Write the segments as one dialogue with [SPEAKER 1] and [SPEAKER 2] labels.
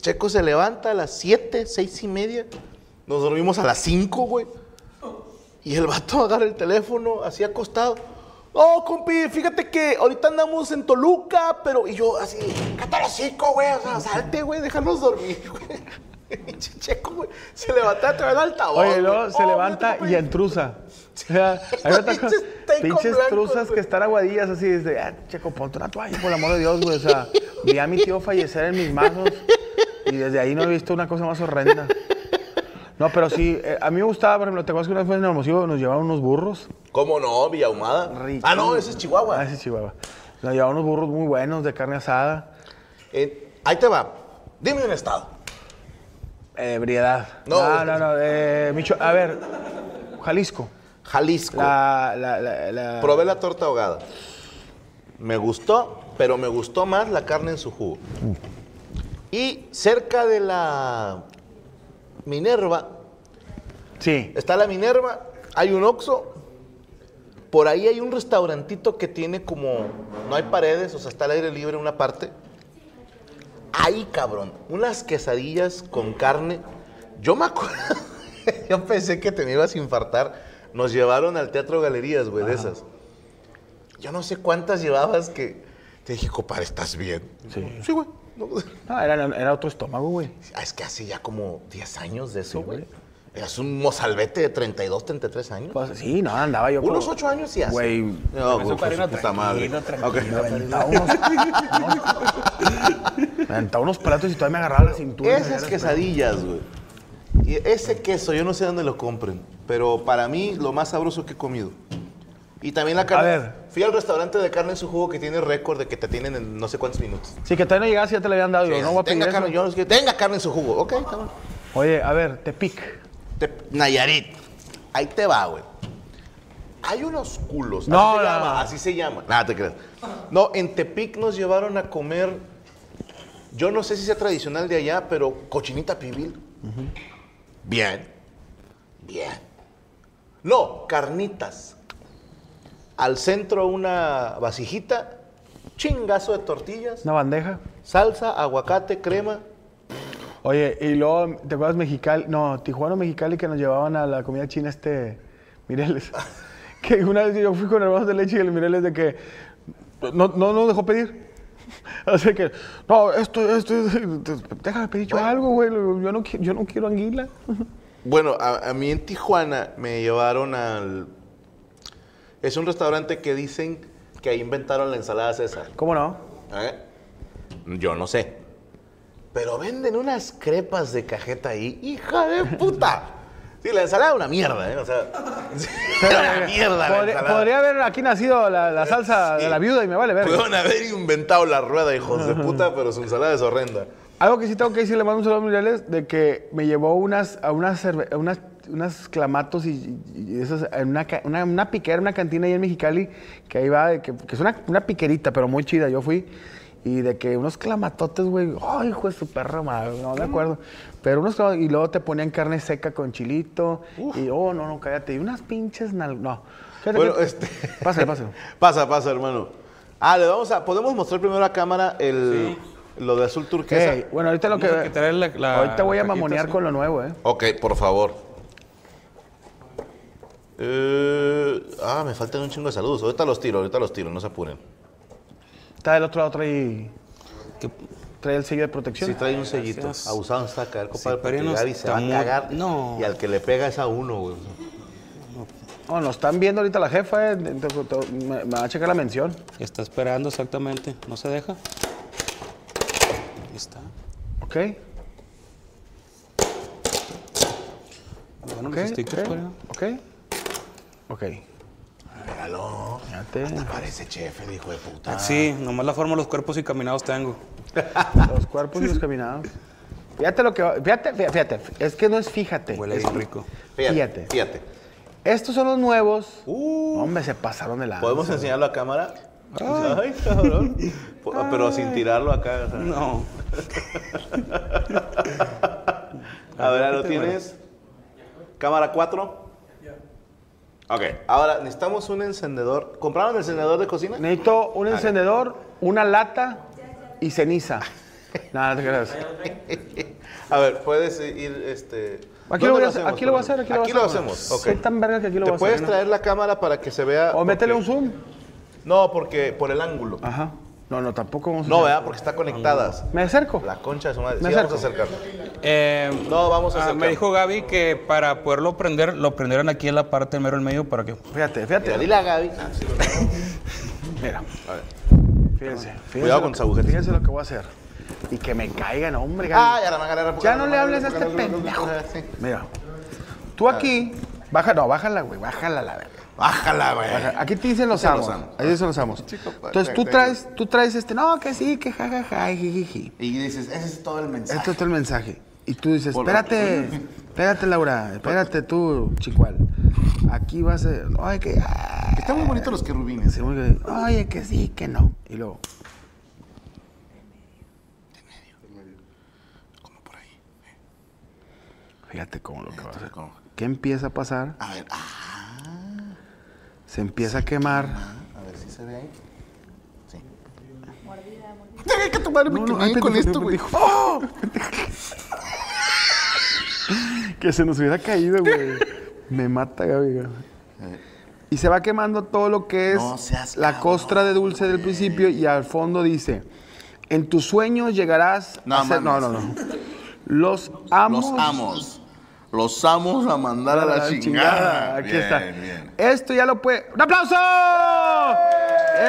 [SPEAKER 1] Checo se levanta a las 7, 6 y media. Nos dormimos a las 5, güey. Y el vato agarra el teléfono así acostado. Oh, compi, fíjate que ahorita andamos en Toluca, pero. Y yo así, cállate los cinco, güey. O sea, salte, güey, déjanos dormir, güey. Pinche Checo, güey. Se levanta a través del altavoz.
[SPEAKER 2] Oye, luego
[SPEAKER 1] güey.
[SPEAKER 2] se
[SPEAKER 1] Oh,
[SPEAKER 2] levanta
[SPEAKER 1] fíjate,
[SPEAKER 2] y
[SPEAKER 1] güey.
[SPEAKER 2] entrusa. O sea, hay otra cosa.
[SPEAKER 1] Pinches tecos
[SPEAKER 2] Pinches
[SPEAKER 1] blancos,
[SPEAKER 2] truzas
[SPEAKER 1] güey.
[SPEAKER 2] que están aguadillas así, desde, ah, checo, ponte una toalla, por el amor de Dios, güey. O sea, vi a mi tío fallecer en mis manos y desde ahí no he visto una cosa más horrenda. No, pero sí, eh, a mí me gustaba, por ejemplo, te acuerdas que una vez en Hermosillo nos llevaron unos burros.
[SPEAKER 1] ¿Cómo no? Villa Ahumada.
[SPEAKER 2] Rico.
[SPEAKER 1] Ah, no, ese es Chihuahua.
[SPEAKER 2] Ah, ese es Chihuahua. Nos llevaron unos burros muy buenos de carne asada.
[SPEAKER 1] Eh, ahí te va. Dime un estado.
[SPEAKER 2] eh, Ebriedad.
[SPEAKER 1] No.
[SPEAKER 2] no, no, no, eh, Micho- a ver, Jalisco.
[SPEAKER 1] Jalisco.
[SPEAKER 2] La, la, la, la-
[SPEAKER 1] Probé la torta ahogada. Me gustó, pero me gustó más la carne en su jugo. Y cerca de la Minerva,
[SPEAKER 2] Sí.
[SPEAKER 1] está la Minerva, hay un Oxxo. Por ahí hay un restaurantito que tiene como, no hay paredes, o sea, está al aire libre en una parte. Ahí, cabrón, unas quesadillas con carne. Yo me acuerdo, yo pensé que te me ibas a infartar. Nos llevaron al Teatro Galerías, güey, de esas. Yo no sé cuántas llevabas que... Te dije, compadre, ¿estás bien?
[SPEAKER 2] Sí.
[SPEAKER 1] Sí, güey. No,
[SPEAKER 2] No, era, era otro estómago, güey.
[SPEAKER 1] Ah, Es que hace ya como 10 años de eso,
[SPEAKER 2] Sí,
[SPEAKER 1] güey.
[SPEAKER 2] güey.
[SPEAKER 1] Eras un mozalbete de 32, 33 años.
[SPEAKER 2] Pues, sí, no, andaba yo.
[SPEAKER 1] Unos ocho años y hace.
[SPEAKER 2] Güey.
[SPEAKER 1] No, güey, fue su puta madre. Ok.
[SPEAKER 2] Aventaba unos, me aventaba unos platos y todavía me agarraba la cintura.
[SPEAKER 1] Esas quesadillas, güey. Y ese queso, yo no sé dónde lo compren, pero para mí lo más sabroso que he comido. Y también la carne.
[SPEAKER 2] A ver.
[SPEAKER 1] Fui al restaurante de carne en su jugo que tiene récord de que te tienen en no sé cuántos minutos.
[SPEAKER 2] Sí, que todavía no llegabas y ya te la habían dado. yo, no voy a pedir
[SPEAKER 1] tenga
[SPEAKER 2] eso.
[SPEAKER 1] carne, yo no sé qué- Tenga carne en su jugo. Ok, está bueno.
[SPEAKER 2] Oye, a ver, te pic.
[SPEAKER 1] Te- Nayarit. Ahí te va, güey. Hay unos culos.
[SPEAKER 2] No,
[SPEAKER 1] así se
[SPEAKER 2] no,
[SPEAKER 1] llama.
[SPEAKER 2] no.
[SPEAKER 1] Así se llama. Nada, te creas. No, en Tepic nos llevaron a comer. Yo no sé si sea tradicional de allá, pero cochinita pibil. Bien. Bien. No, carnitas. Al centro una vasijita, chingazo de tortillas,
[SPEAKER 2] Una bandeja.
[SPEAKER 1] salsa, aguacate, crema.
[SPEAKER 2] Oye, y luego, ¿te acuerdas Mexicali? No, Tijuana o Mexicali que nos llevaban a la comida china este Mireles. que una vez yo fui con hermanos de leche y el Mireles de que no, no nos dejó pedir. Así que, no, esto, esto, esto, déjame pedir yo algo, güey. Yo no, qui- yo no quiero anguila.
[SPEAKER 1] Bueno, a, a mí en Tijuana me llevaron al... Es un restaurante que dicen que ahí inventaron la ensalada César.
[SPEAKER 2] ¿Cómo no?
[SPEAKER 1] ¿Eh? Yo no sé. Pero venden unas crepas de cajeta ahí, hija de puta. Sí, la ensalada es una mierda, ¿eh? O sea, era una mierda la
[SPEAKER 2] Podría,
[SPEAKER 1] ensalada.
[SPEAKER 2] podría haber aquí nacido la, la salsa
[SPEAKER 1] Sí.
[SPEAKER 2] de la viuda y me vale ver.
[SPEAKER 1] Pudieron haber inventado la rueda, hijos de puta, pero su ensalada es horrenda.
[SPEAKER 2] Algo que sí tengo que decirle, mando un saludo a Mireles, de que me llevó unas, a unas, cerve- a unas, unas clamatos y, y esas, en una, ca- una, una piquera, una cantina ahí en Mexicali, que ahí va, de que, que es una, una piquerita, pero muy chida. Yo fui Y de que unos clamatotes, güey. Ay, hijo de su perra madre, no me acuerdo. Pero unos clamatotes. Y luego te ponían carne seca con chilito. Y, oh, no, no, cállate. Y unas pinches nal... No. Fíjate
[SPEAKER 1] Bueno,
[SPEAKER 2] que-
[SPEAKER 1] este.
[SPEAKER 2] Pásale, pásale.
[SPEAKER 1] Pasa, pasa, hermano. Ah, le vamos a. ¿Podemos mostrar primero a cámara el, lo de azul turquesa?
[SPEAKER 2] Ey, bueno, ahorita lo que.
[SPEAKER 3] Vamos a quitar la- la-
[SPEAKER 2] ahorita voy a
[SPEAKER 3] la caquita,
[SPEAKER 2] mamonear
[SPEAKER 3] sí.
[SPEAKER 2] con lo nuevo, ¿eh?
[SPEAKER 1] Ok, por favor. Eh, ah, me faltan un chingo de saludos. Ahorita los tiro, ahorita los tiro, no se apuren.
[SPEAKER 2] Está del otro lado, trae.
[SPEAKER 3] Que-
[SPEAKER 2] Trae el sello de protección.
[SPEAKER 1] Si trae un sellito,
[SPEAKER 3] Gracias.
[SPEAKER 1] abusado está a caer, compadre,
[SPEAKER 3] Sí, pero
[SPEAKER 1] porque
[SPEAKER 3] no
[SPEAKER 1] Gaby se
[SPEAKER 3] está
[SPEAKER 1] va a
[SPEAKER 3] muy-
[SPEAKER 1] cagar
[SPEAKER 3] no.
[SPEAKER 1] y al que le pega es a uno, güey.
[SPEAKER 2] Oh, nos están viendo ahorita la jefa, eh. te- te- te- me, me va a checar la mención.
[SPEAKER 3] Está esperando exactamente. No se deja. Ahí está.
[SPEAKER 2] ¿Ok?
[SPEAKER 3] Bueno,
[SPEAKER 2] ¿Ok?
[SPEAKER 3] los stickers pues.
[SPEAKER 2] ¿Ok?
[SPEAKER 3] fuera.
[SPEAKER 2] ¿Ok? Ok.
[SPEAKER 1] Regaló.
[SPEAKER 2] Fíjate.
[SPEAKER 1] Parece chef, el hijo de puta.
[SPEAKER 3] Sí, nomás la forma de los cuerpos y caminados tengo.
[SPEAKER 2] Los cuerpos y los caminados. Fíjate lo que va. Fíjate, fí- fíjate. Es que no es fíjate.
[SPEAKER 3] Huele
[SPEAKER 2] es-
[SPEAKER 3] bien rico.
[SPEAKER 1] Fíjate.
[SPEAKER 2] Fíjate.
[SPEAKER 1] Fíjate.
[SPEAKER 2] Estos son los nuevos.
[SPEAKER 1] Uh.
[SPEAKER 2] No, hombre, se pasaron de la.
[SPEAKER 1] ¿Podemos enseñarlo a cámara? Ay, cabrón. Po- Pero sin tirarlo acá. o sea.
[SPEAKER 3] No.
[SPEAKER 1] A ver, ahí ¿lo tienes? Cámara 4. Ok, ahora necesitamos un encendedor. ¿Compraron el encendedor de cocina?
[SPEAKER 2] Necesito un encendedor, una lata y ceniza. Nada, te creas.
[SPEAKER 1] A ver, puedes ir, este...
[SPEAKER 2] Aquí
[SPEAKER 1] ¿dónde
[SPEAKER 2] lo voy a hacer,
[SPEAKER 1] hacemos,
[SPEAKER 2] aquí lo voy a hacer,
[SPEAKER 1] perdón?
[SPEAKER 2] aquí lo voy a hacer.
[SPEAKER 1] hacemos, ok.
[SPEAKER 2] Soy tan verga que aquí lo
[SPEAKER 1] ¿Te
[SPEAKER 2] voy a
[SPEAKER 1] puedes
[SPEAKER 2] hacer, ¿no?
[SPEAKER 1] traer la cámara para que se vea?
[SPEAKER 2] O métele un
[SPEAKER 1] porque-
[SPEAKER 2] zoom. Ah.
[SPEAKER 1] No, porque por el ángulo.
[SPEAKER 2] Ajá. No, no, tampoco vamos a
[SPEAKER 1] No,
[SPEAKER 2] hacer-
[SPEAKER 1] ¿verdad? Porque está conectadas.
[SPEAKER 2] ¿Me acerco?
[SPEAKER 1] La concha de su madre.
[SPEAKER 2] Me
[SPEAKER 1] Sí, vamos a
[SPEAKER 2] acerco.
[SPEAKER 1] acercar.
[SPEAKER 3] Eh,
[SPEAKER 1] No, vamos a
[SPEAKER 3] ah,
[SPEAKER 1] acercar.
[SPEAKER 3] Me dijo Gaby que para poderlo prender, lo prendieran aquí en la parte del mero del medio para que.
[SPEAKER 2] Fíjate,
[SPEAKER 1] Mira,
[SPEAKER 2] fíjate.
[SPEAKER 1] dile a Gaby.
[SPEAKER 2] Mira. Fíjense. fíjense
[SPEAKER 1] Cuidado
[SPEAKER 2] lo
[SPEAKER 1] con
[SPEAKER 2] que-
[SPEAKER 1] tus agujetas.
[SPEAKER 2] Fíjense lo que voy a hacer. Y que me caigan, hombre.
[SPEAKER 1] Ah,
[SPEAKER 2] Gaby.
[SPEAKER 1] ya la manga, la
[SPEAKER 2] Ya no le hables a este pendejo.
[SPEAKER 1] Ah,
[SPEAKER 2] Mira. Tú aquí. Baja, no, bájala, güey. Bájala la verga.
[SPEAKER 1] Bájala, güey.
[SPEAKER 2] Baja- Aquí te dicen los
[SPEAKER 1] Dicen los
[SPEAKER 2] amos.
[SPEAKER 1] amos.
[SPEAKER 2] Ahí dicen los amos.
[SPEAKER 1] Chico, pa-
[SPEAKER 2] Entonces tú
[SPEAKER 1] te-
[SPEAKER 2] traes, tú traes este. No, que sí, que jajaja, jijiji.
[SPEAKER 1] Y dices, ese es todo el
[SPEAKER 2] Este
[SPEAKER 1] mensaje.
[SPEAKER 2] es el mensaje. Y tú dices,
[SPEAKER 1] Por-
[SPEAKER 2] espérate, espérate, Laura, espérate tú, chicual. Aquí vas a. Ay, que. ah,
[SPEAKER 1] Están muy bonitos los querubines. ¿eh?
[SPEAKER 2] sí, muy bien. Oye, que sí, que no. Y luego.
[SPEAKER 1] Como por ahí. ¿eh?
[SPEAKER 2] Fíjate cómo lo que va a hacer.
[SPEAKER 1] cómo.
[SPEAKER 2] ¿Qué empieza a pasar?
[SPEAKER 1] A ver, ah,
[SPEAKER 2] Se empieza a quemar.
[SPEAKER 1] a ver si se ve ahí. Sí. Mordida, mordida. que tu madre me
[SPEAKER 2] No, no,
[SPEAKER 1] quemé
[SPEAKER 2] ay,
[SPEAKER 1] con
[SPEAKER 2] pendejo, ¡Oh!
[SPEAKER 1] esto, güey.
[SPEAKER 2] Que se nos hubiera caído, güey. Me mata, Gaby. güey. Y se va quemando todo lo que es
[SPEAKER 1] No seas
[SPEAKER 2] la
[SPEAKER 1] cabrón,
[SPEAKER 2] costra de dulce del principio y al fondo dice, en tus sueños llegarás
[SPEAKER 1] No
[SPEAKER 2] a ser... No,
[SPEAKER 1] mames.
[SPEAKER 2] no, no. Los amos...
[SPEAKER 1] Los amos. Los amos a mandar a la chingada.
[SPEAKER 2] Aquí
[SPEAKER 1] Bien,
[SPEAKER 2] está.
[SPEAKER 1] bien.
[SPEAKER 2] Esto ya lo puedes... ¡Un aplauso!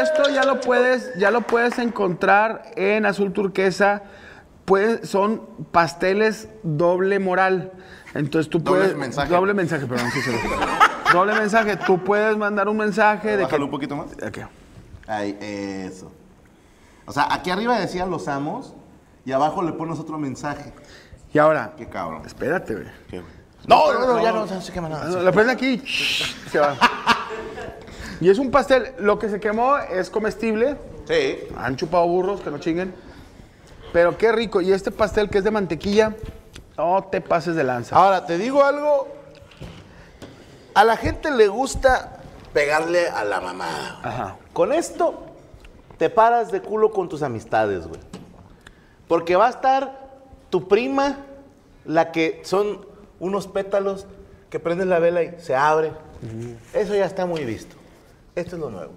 [SPEAKER 2] Esto ya lo puedes, ya lo puedes encontrar en azul turquesa. Puede- son pasteles doble moral. Entonces tú
[SPEAKER 1] Doble
[SPEAKER 2] puedes...
[SPEAKER 1] mensaje.
[SPEAKER 2] Doble mensaje, perdón. sí, sí. doble mensaje. Tú puedes mandar un mensaje de que...
[SPEAKER 1] Bájalo un poquito más.
[SPEAKER 2] Ok.
[SPEAKER 1] Ahí, eso. O sea, aquí arriba decían los amos y abajo le pones otro mensaje.
[SPEAKER 2] Y ahora...
[SPEAKER 1] Qué cabrón.
[SPEAKER 2] Espérate, güey.
[SPEAKER 1] No, no, no, ya no, ya no se quema nada.
[SPEAKER 2] Ah, no, La prende aquí y se va. Y es un pastel. Lo que se quemó es comestible.
[SPEAKER 1] Sí.
[SPEAKER 2] Han chupado burros, que no chinguen. Pero qué rico. Y este pastel que es de mantequilla, no te pases de lanza.
[SPEAKER 1] Ahora, te digo algo. A la gente le gusta pegarle a la mamada. güey.
[SPEAKER 2] Ajá.
[SPEAKER 1] Con esto, te paras de culo con tus amistades, güey. Porque va a estar tu prima, la que son unos pétalos que prendes la vela y se abre. Eso ya está muy visto. Esto es lo nuevo.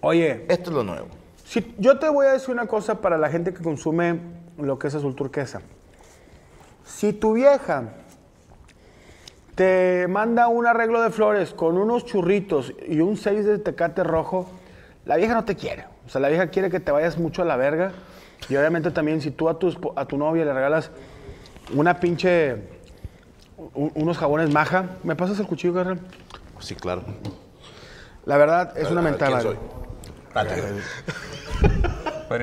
[SPEAKER 2] Oye,
[SPEAKER 1] Esto es lo nuevo.
[SPEAKER 2] si, yo te voy a decir una cosa para la gente que consume lo que es azul turquesa. Si tu vieja te manda un arreglo de flores con unos churritos y un 6 de tecate rojo, la vieja no te quiere. O sea, la vieja quiere que te vayas mucho a la verga. Y obviamente también si tú a tu, espo- a tu novia le regalas una pinche... u- unos jabones maja. ¿Me pasas el cuchillo, carnal?
[SPEAKER 1] Sí, claro.
[SPEAKER 2] La verdad, es una mentada.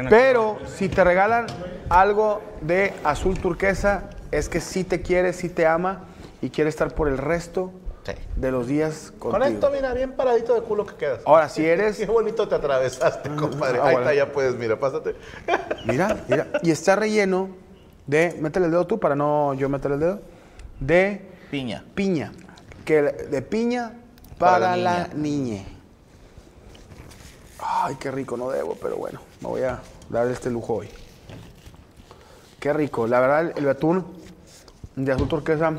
[SPEAKER 2] Pero si te regalan algo de azul turquesa, es que sí te quiere, sí te ama y quiere estar por el resto
[SPEAKER 1] Sí.
[SPEAKER 2] de los días contigo.
[SPEAKER 1] Con esto, mira, bien paradito de culo que quedas.
[SPEAKER 2] Ahora, si eres-
[SPEAKER 1] Qué bonito te atravesaste, compadre.
[SPEAKER 2] Ah,
[SPEAKER 1] Ahí
[SPEAKER 2] bueno.
[SPEAKER 1] está, ya puedes, mira, pásate.
[SPEAKER 2] Mira, mira. Y está relleno de, métele el dedo tú para no yo meter el dedo, de
[SPEAKER 1] Piña.
[SPEAKER 2] piña. Que la- de piña para,
[SPEAKER 1] Para
[SPEAKER 2] la niñe. Ay, qué rico, no debo, pero bueno, me voy a dar este lujo hoy. Qué rico, la verdad, el, el atún de azul turquesa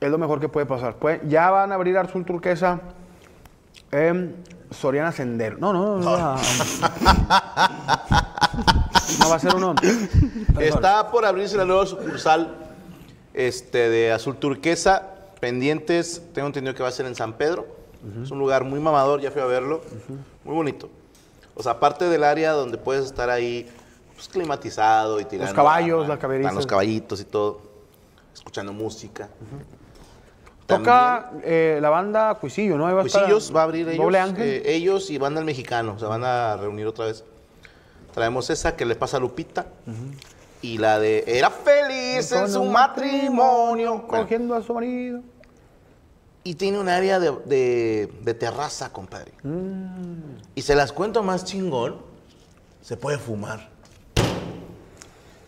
[SPEAKER 2] es lo mejor que puede pasar. Pues ya van a abrir azul turquesa en Soriana Sendero. No, no, no. No, No va a ser uno.
[SPEAKER 1] Está por abrirse la nueva sucursal este, de Azul Turquesa, pendientes, tengo entendido que va a ser en San Pedro. Es un lugar muy mamador, ya fui a verlo, muy bonito. O sea, aparte del área donde puedes estar ahí pues, climatizado y tirando...
[SPEAKER 2] caballos,
[SPEAKER 1] la
[SPEAKER 2] las caballerizas.
[SPEAKER 1] Están los caballitos y todo, escuchando música.
[SPEAKER 2] Toca eh, la banda Cuisillo, ¿no? Ahí va a estar
[SPEAKER 1] Cuisillos Pues va a abrir ellos,
[SPEAKER 2] Doble Ángel.
[SPEAKER 1] eh, ellos y Banda El Mexicano, se van a reunir otra vez. Traemos esa que le pasa a Lupita y la de Era feliz en
[SPEAKER 2] Con
[SPEAKER 1] su
[SPEAKER 2] un
[SPEAKER 1] matrimonio. Bueno,
[SPEAKER 2] Cogiendo a su marido.
[SPEAKER 1] y tiene un área de, de- de terraza, compadre.
[SPEAKER 2] Mm.
[SPEAKER 1] Y se las cuento más chingón, se puede fumar.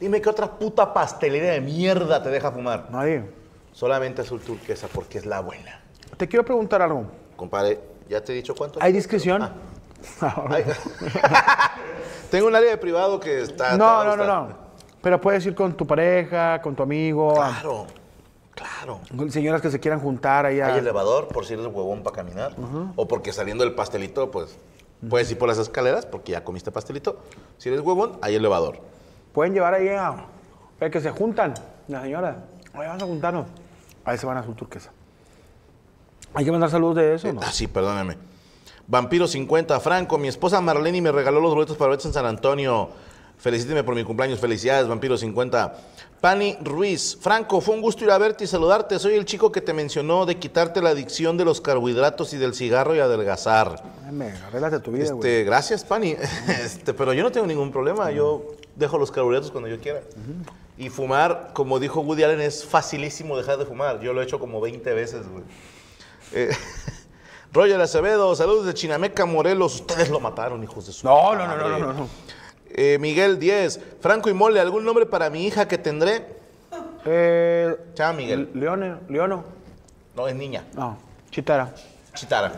[SPEAKER 1] Dime qué otra puta pastelería de mierda te deja fumar.
[SPEAKER 2] Nadie.
[SPEAKER 1] Solamente azul turquesa porque es la buena.
[SPEAKER 2] Te quiero preguntar algo.
[SPEAKER 1] Compadre, ya te he dicho cuánto.
[SPEAKER 2] ¿Hay discreción?
[SPEAKER 1] Ah. Tengo un área de privado que está. te va
[SPEAKER 2] no,
[SPEAKER 1] a
[SPEAKER 2] no, no,
[SPEAKER 1] gustar.
[SPEAKER 2] no. Pero puedes ir con tu pareja, con tu amigo, a-
[SPEAKER 1] Claro, claro.
[SPEAKER 2] con señoras que se quieran juntar allá.
[SPEAKER 1] Hay elevador por si eres huevón para caminar. O porque saliendo del pastelito, pues puedes ir por las escaleras porque ya comiste pastelito. Si eres huevón, hay elevador.
[SPEAKER 2] Pueden llevar ahí a. eh, que se juntan, las señoras. Oye, vamos a juntarnos. Ahí se van a su turquesa. Hay que mandar saludos de eso, o ¿no?
[SPEAKER 1] Ah, sí, perdóname. Vampiro 50, Franco, mi esposa Marlene me regaló los boletos para verte en San Antonio. Felicíteme por mi cumpleaños. Felicidades, Vampiro 50. Pani Ruiz, Franco, fue un gusto ir a verte y saludarte. Soy el chico que te mencionó de quitarte la adicción de los carbohidratos y del cigarro y adelgazar.
[SPEAKER 2] Dame, arréglate tu vida, güey.
[SPEAKER 1] Eh, Este, gracias, Pani. Este, pero yo no tengo ningún problema. Yo dejo los carbohidratos cuando yo quiera. Y fumar, como dijo Woody Allen, es facilísimo dejar de fumar. Yo lo he hecho como 20 veces, güey. Eh, Roger Acevedo, saludos de Chinameca, Morelos. Ustedes lo mataron, hijos de su
[SPEAKER 2] No, no, no, no,
[SPEAKER 1] madre.
[SPEAKER 2] no, no, no.
[SPEAKER 1] Eh, Miguel 10, Franco y Mole, ¿algún nombre para mi hija que tendré?
[SPEAKER 2] Eh,
[SPEAKER 1] Chava Miguel.
[SPEAKER 2] Leone, Leono.
[SPEAKER 1] No, es niña.
[SPEAKER 2] No, Chitara.
[SPEAKER 1] Chitara.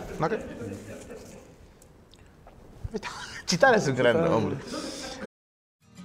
[SPEAKER 1] Chitara es un gran nombre.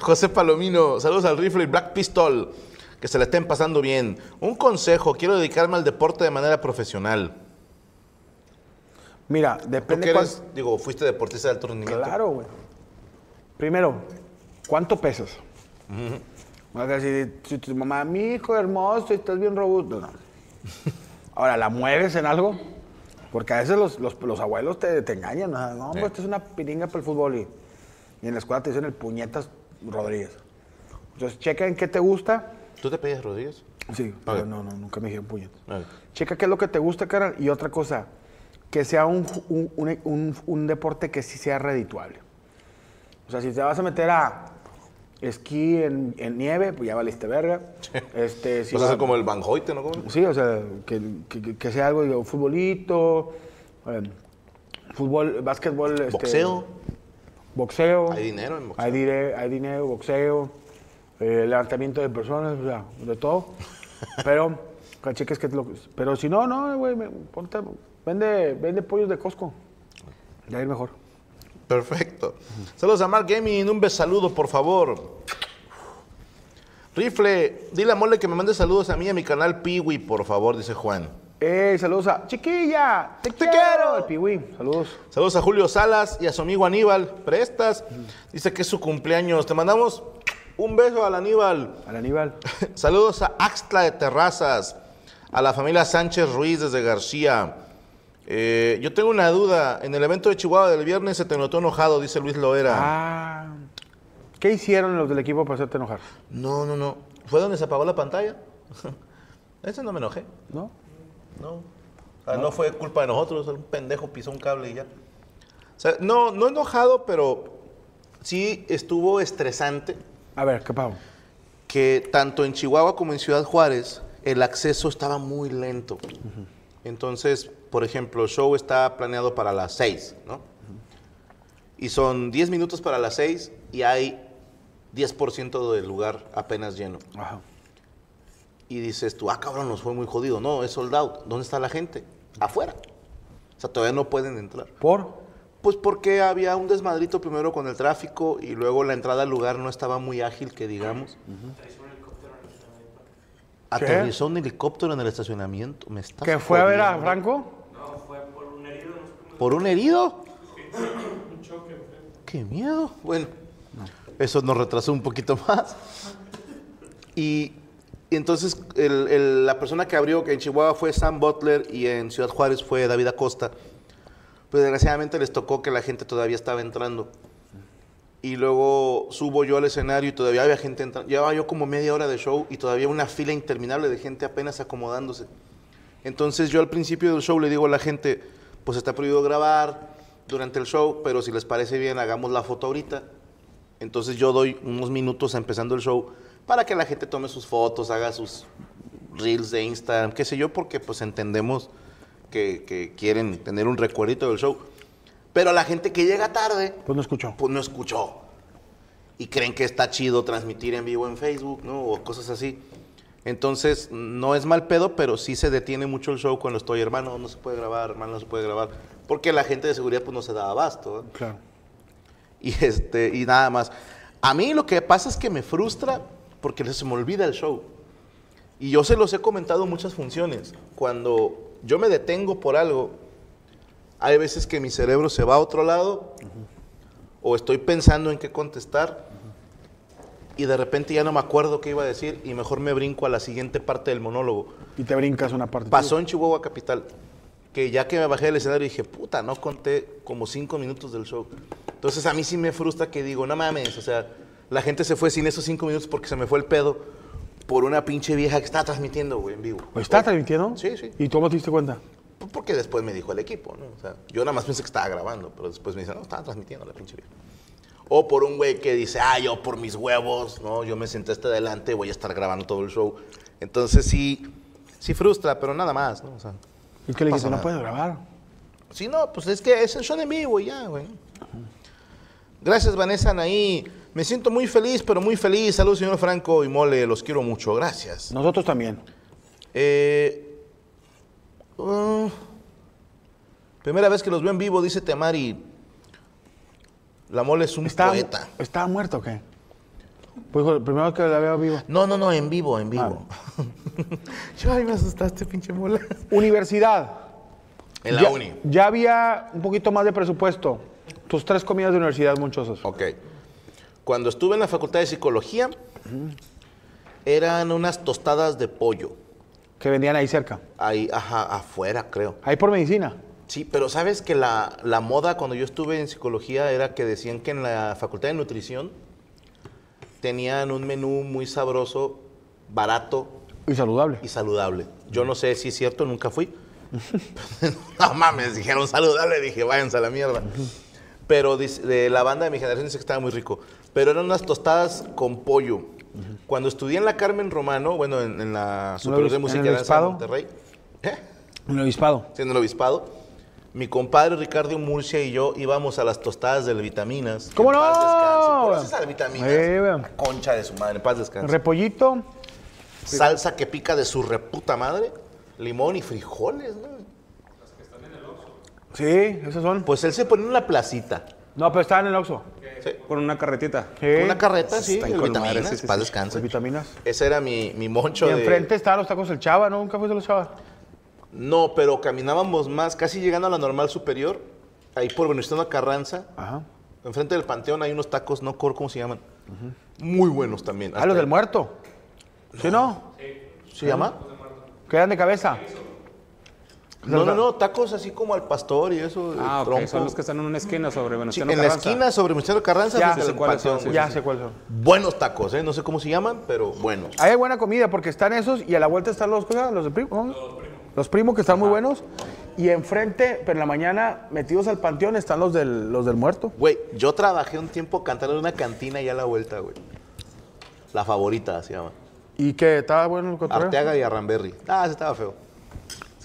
[SPEAKER 1] José Palomino, saludos al rifle y Black Pistol. Que se la estén pasando bien. Un consejo, quiero dedicarme al deporte de manera profesional.
[SPEAKER 2] Mira,
[SPEAKER 1] ¿Tú
[SPEAKER 2] depende
[SPEAKER 1] que
[SPEAKER 2] cuál-
[SPEAKER 1] eres, digo, fuiste deportista de alto rendimiento?
[SPEAKER 2] Claro, güey. Primero, ¿cuánto pesas? O sea, si, si tu mamá, mi hijo hermoso, estás bien robusto. No. Ahora, ¿la mueves en algo? Porque a veces los, los- los abuelos te, te engañan. No, no pues esto es una piringa para el fútbol. Y, y en la escuela te dicen el puñetas Rodríguez. Entonces, checa en qué te gusta.
[SPEAKER 1] ¿Tú te pedías rodillas? Ah.
[SPEAKER 2] Sí,
[SPEAKER 1] Ok.
[SPEAKER 2] pero no, no, nunca me dijeron puñetas.
[SPEAKER 1] Vale.
[SPEAKER 2] Checa qué es lo que te gusta, carnal. Y otra cosa, que sea un, ju- un- un- un- un deporte que sí sea redituable. O sea, si te vas a meter a esquí en, en nieve, pues ya valiste verga. Este, si
[SPEAKER 1] Vas a
[SPEAKER 2] vas-
[SPEAKER 1] ser como el Van Hoyte, ¿no? ¿Cómo?
[SPEAKER 2] Sí, o sea, que, que- que sea algo, digo, futbolito, eh, fútbol, básquetbol. este,
[SPEAKER 1] Boxeo.
[SPEAKER 2] Boxeo.
[SPEAKER 1] Hay dinero en boxeo.
[SPEAKER 2] Hay, dire- hay dinero, boxeo, eh, levantamiento de personas, o sea, de todo. Pero, que cheques que es lo que- Pero si no, no, güey, me- ponte, vende, vende pollos de Costco. Ya ir mejor.
[SPEAKER 1] Perfecto. Saludos a Mark Gaming, un besaludo, por favor. Rifle, dile a Mole que me mande saludos a mí y a mi canal Piwi, por favor, dice Juan.
[SPEAKER 2] Ey, Eh, saludos a Chiquilla, te,
[SPEAKER 1] ¡Te
[SPEAKER 2] quiero.
[SPEAKER 1] quiero!
[SPEAKER 2] El Piwi, saludos.
[SPEAKER 1] Saludos a Julio Salas y a su amigo Aníbal Prestas. Dice que es su cumpleaños. Te mandamos un beso al Aníbal.
[SPEAKER 2] Al Aníbal.
[SPEAKER 1] Saludos a Axtla de Terrazas, a la familia Sánchez Ruiz desde García, Eh, yo tengo una duda. En el evento de Chihuahua del viernes se te notó enojado, dice Luis Loera.
[SPEAKER 4] Ah. ¿Qué hicieron los del equipo para hacerte enojar?
[SPEAKER 1] No, no, no. ¿Fue donde se apagó la pantalla? Ese no me enojé.
[SPEAKER 4] ¿No?
[SPEAKER 1] No. O sea, no. fue culpa de nosotros, un pendejo pisó un cable y ya. O sea, no, no enojado, pero sí estuvo estresante
[SPEAKER 4] A ver, ¿qué pavo?
[SPEAKER 1] que tanto en Chihuahua como en Ciudad Juárez el acceso estaba muy lento. Entonces, por ejemplo, el show está planeado para las 6, ¿no? Y son 10 minutos para las 6 y hay 10% del lugar apenas lleno.
[SPEAKER 4] Ajá.
[SPEAKER 1] Y dices tú, ah, cabrón, nos fue muy jodido. No, es sold out. ¿Dónde está la gente? Afuera. O sea, todavía no pueden entrar.
[SPEAKER 4] ¿Por?
[SPEAKER 1] Pues porque había un desmadrito primero con el tráfico y luego la entrada al lugar no estaba muy ágil, que digamos.
[SPEAKER 4] ¿Qué?
[SPEAKER 1] Aterrizó un helicóptero en el estacionamiento. ¿Me estás
[SPEAKER 4] ¿Que fue a ver a
[SPEAKER 1] jodiendo.
[SPEAKER 4] Franco?
[SPEAKER 1] ¿Por un herido? ¡Qué miedo! Bueno, eso nos retrasó un poquito más. Y entonces el- el- la persona que abrió, que en Chihuahua fue Sam Butler y en Ciudad Juárez fue David Acosta. Pues desgraciadamente les tocó que la gente todavía estaba entrando. Y luego subo yo al escenario y todavía había gente entrando. Llevaba yo como media hora de show y todavía una fila interminable de gente apenas acomodándose. Entonces yo al principio del show le digo a la gente, pues está prohibido grabar durante el show, pero si les parece bien, hagamos la foto ahorita. Entonces yo doy unos minutos empezando el show para que la gente tome sus fotos, haga sus reels de Instagram, qué sé yo, porque pues entendemos que, que quieren tener un recuerdito del show. Pero la gente que llega tarde,
[SPEAKER 4] Pues no escuchó.
[SPEAKER 1] pues no escuchó. Y creen que está chido transmitir en vivo en Facebook, ¿no? O cosas así. Entonces, no es mal pedo, pero sí se detiene mucho el show cuando estoy, hermano, no se puede grabar, hermano, no se puede grabar. Porque la gente de seguridad pues no se da abasto. ¿eh?
[SPEAKER 4] Claro.
[SPEAKER 1] Y, este, y nada más. A mí lo que pasa es que me frustra porque se me olvida el show. Y yo se los he comentado en muchas funciones. Cuando yo me detengo por algo, hay veces que mi cerebro se va a otro lado o estoy pensando en qué contestar y de repente ya no me acuerdo qué iba a decir y mejor me brinco a la siguiente parte del monólogo.
[SPEAKER 4] Y te brincas una parte.
[SPEAKER 1] Pasó en Chihuahua Capital, que ya que me bajé del escenario dije, puta, no conté como cinco minutos del show. Entonces a mí sí me frustra que digo, no mames, o sea, la gente se fue sin esos cinco minutos porque se me fue el pedo por una pinche vieja que estaba transmitiendo, güey, en vivo.
[SPEAKER 4] ¿O Pues ¿Está transmitiendo?
[SPEAKER 1] Sí, sí.
[SPEAKER 4] ¿Y tú cómo te diste cuenta?
[SPEAKER 1] Pues Porque después me dijo el equipo, ¿no? O sea, yo nada más pensé que estaba grabando, pero después me dice, no, estaba transmitiendo la pinche vieja. O por un güey que dice, ah, yo por mis huevos, ¿no? Yo me senté hasta adelante, voy a estar grabando todo el show. Entonces sí, sí frustra, pero nada más, ¿no? O sea,
[SPEAKER 4] ¿Y qué le dijiste?
[SPEAKER 1] Pasa
[SPEAKER 4] No
[SPEAKER 1] nada.
[SPEAKER 4] puedes grabar.
[SPEAKER 1] Sí, no, pues es que es el show en vivo y ya, güey. Gracias, Vanessa Anaí. Me siento muy feliz, pero muy feliz. Saludos, señor Franco y Mole. Los quiero mucho. Gracias.
[SPEAKER 4] Nosotros también.
[SPEAKER 1] Eh, uh, primera vez que los veo en vivo, dice Temari. La Mole es un
[SPEAKER 4] ¿Estaba,
[SPEAKER 1] poeta.
[SPEAKER 4] ¿Estaba muerto o qué? Pues hijo, primero que la veo vivo.
[SPEAKER 1] No, no, no, en vivo, en vivo. Yo, ay, me asustaste, pinche Mole.
[SPEAKER 4] Universidad.
[SPEAKER 1] En la
[SPEAKER 4] ya,
[SPEAKER 1] uni.
[SPEAKER 4] Ya había un poquito más de presupuesto. Tus tres comidas de universidad, muchosas.
[SPEAKER 1] Ok. Cuando estuve en la facultad de psicología, eran unas tostadas de pollo.
[SPEAKER 4] Que vendían ahí cerca.
[SPEAKER 1] Ahí, ajá, afuera, creo.
[SPEAKER 4] Ahí por medicina.
[SPEAKER 1] Sí, pero sabes que la, la moda cuando yo estuve en psicología era que decían que en la facultad de nutrición tenían un menú muy sabroso, barato
[SPEAKER 4] Y saludable.
[SPEAKER 1] y saludable. Yo no sé si es cierto, nunca fui. no mames, dijeron saludable, dije, váyanse a la mierda. Pero dice- de la banda de mi generación dice que estaba muy rico. Pero eran unas tostadas con pollo. Cuando estudié en la Carmen Romano, bueno, en, en la Superior de
[SPEAKER 4] obis-
[SPEAKER 1] Música
[SPEAKER 4] en
[SPEAKER 1] y
[SPEAKER 4] el
[SPEAKER 1] Danza de
[SPEAKER 4] obispado?
[SPEAKER 1] Monterrey. ¿Eh?
[SPEAKER 4] En el obispado.
[SPEAKER 1] en el obispado. Mi compadre Ricardo Murcia y yo íbamos a las tostadas de las vitaminas.
[SPEAKER 4] ¿Cómo
[SPEAKER 1] En
[SPEAKER 4] no?
[SPEAKER 1] paz descanse. ¿Conoces a las vitaminas?
[SPEAKER 4] Eh, weón.
[SPEAKER 1] La concha de su madre, en paz descanse.
[SPEAKER 4] Repollito.
[SPEAKER 1] Salsa que pica de su reputa madre, limón y frijoles, ¿no?
[SPEAKER 4] Sí, esos son.
[SPEAKER 1] Pues él se pone en la placita.
[SPEAKER 4] No, pero estaban en el Oxxo.
[SPEAKER 3] Con una carretita.
[SPEAKER 4] Sí.
[SPEAKER 1] Una carreta,
[SPEAKER 2] Pues
[SPEAKER 1] sí,
[SPEAKER 3] Están
[SPEAKER 1] de
[SPEAKER 3] con madre,
[SPEAKER 1] vitaminas,
[SPEAKER 3] sí, sí,
[SPEAKER 1] paz
[SPEAKER 3] sí.
[SPEAKER 1] descanse.
[SPEAKER 4] Las vitaminas.
[SPEAKER 1] Ese era mi, mi moncho
[SPEAKER 4] Y
[SPEAKER 1] de...
[SPEAKER 4] enfrente estaban los tacos del Chava, ¿no? Nunca fuiste a los Chava.
[SPEAKER 1] No, pero caminábamos más, casi llegando a la normal superior, ahí por Venustiano Carranza,
[SPEAKER 4] Ajá.
[SPEAKER 1] enfrente del panteón hay unos tacos, no cor, ¿cómo se llaman? Muy buenos también.
[SPEAKER 4] Ah,
[SPEAKER 1] Hasta-
[SPEAKER 4] los del muerto. ¿Sí no?
[SPEAKER 1] ¿Se llama?
[SPEAKER 4] Quedan de cabeza.
[SPEAKER 1] No, no, no, tacos así como al pastor y eso. de
[SPEAKER 5] Ah, ok,
[SPEAKER 1] trompo.
[SPEAKER 5] son los que están en una esquina sobre
[SPEAKER 1] Sí,
[SPEAKER 5] Venustiano
[SPEAKER 1] en la
[SPEAKER 5] Carranza.
[SPEAKER 1] esquina sobre Michelo Carranza,
[SPEAKER 5] Ya
[SPEAKER 1] frente
[SPEAKER 5] sé
[SPEAKER 1] al
[SPEAKER 5] cuáles son,
[SPEAKER 1] Panteón.
[SPEAKER 5] sí,
[SPEAKER 6] Ya
[SPEAKER 5] sí,
[SPEAKER 6] sé cuáles son.
[SPEAKER 1] Buenos tacos, ¿eh? No sé cómo se llaman, pero buenos.
[SPEAKER 2] Ahí hay buena comida porque están esos y a la vuelta están los, ¿cómo se llaman? los de primo. ¿cómo? Los primos que están muy buenos. Y enfrente, pero en la mañana, metidos al panteón, están los del, los del muerto.
[SPEAKER 1] Güey, yo trabajé un tiempo cantando en una cantina y a la vuelta, güey. La favorita se llama.
[SPEAKER 2] ¿Y qué? ¿Estaba bueno el cotorreo?
[SPEAKER 1] Arteaga y Arramberry. Ah, ese estaba feo.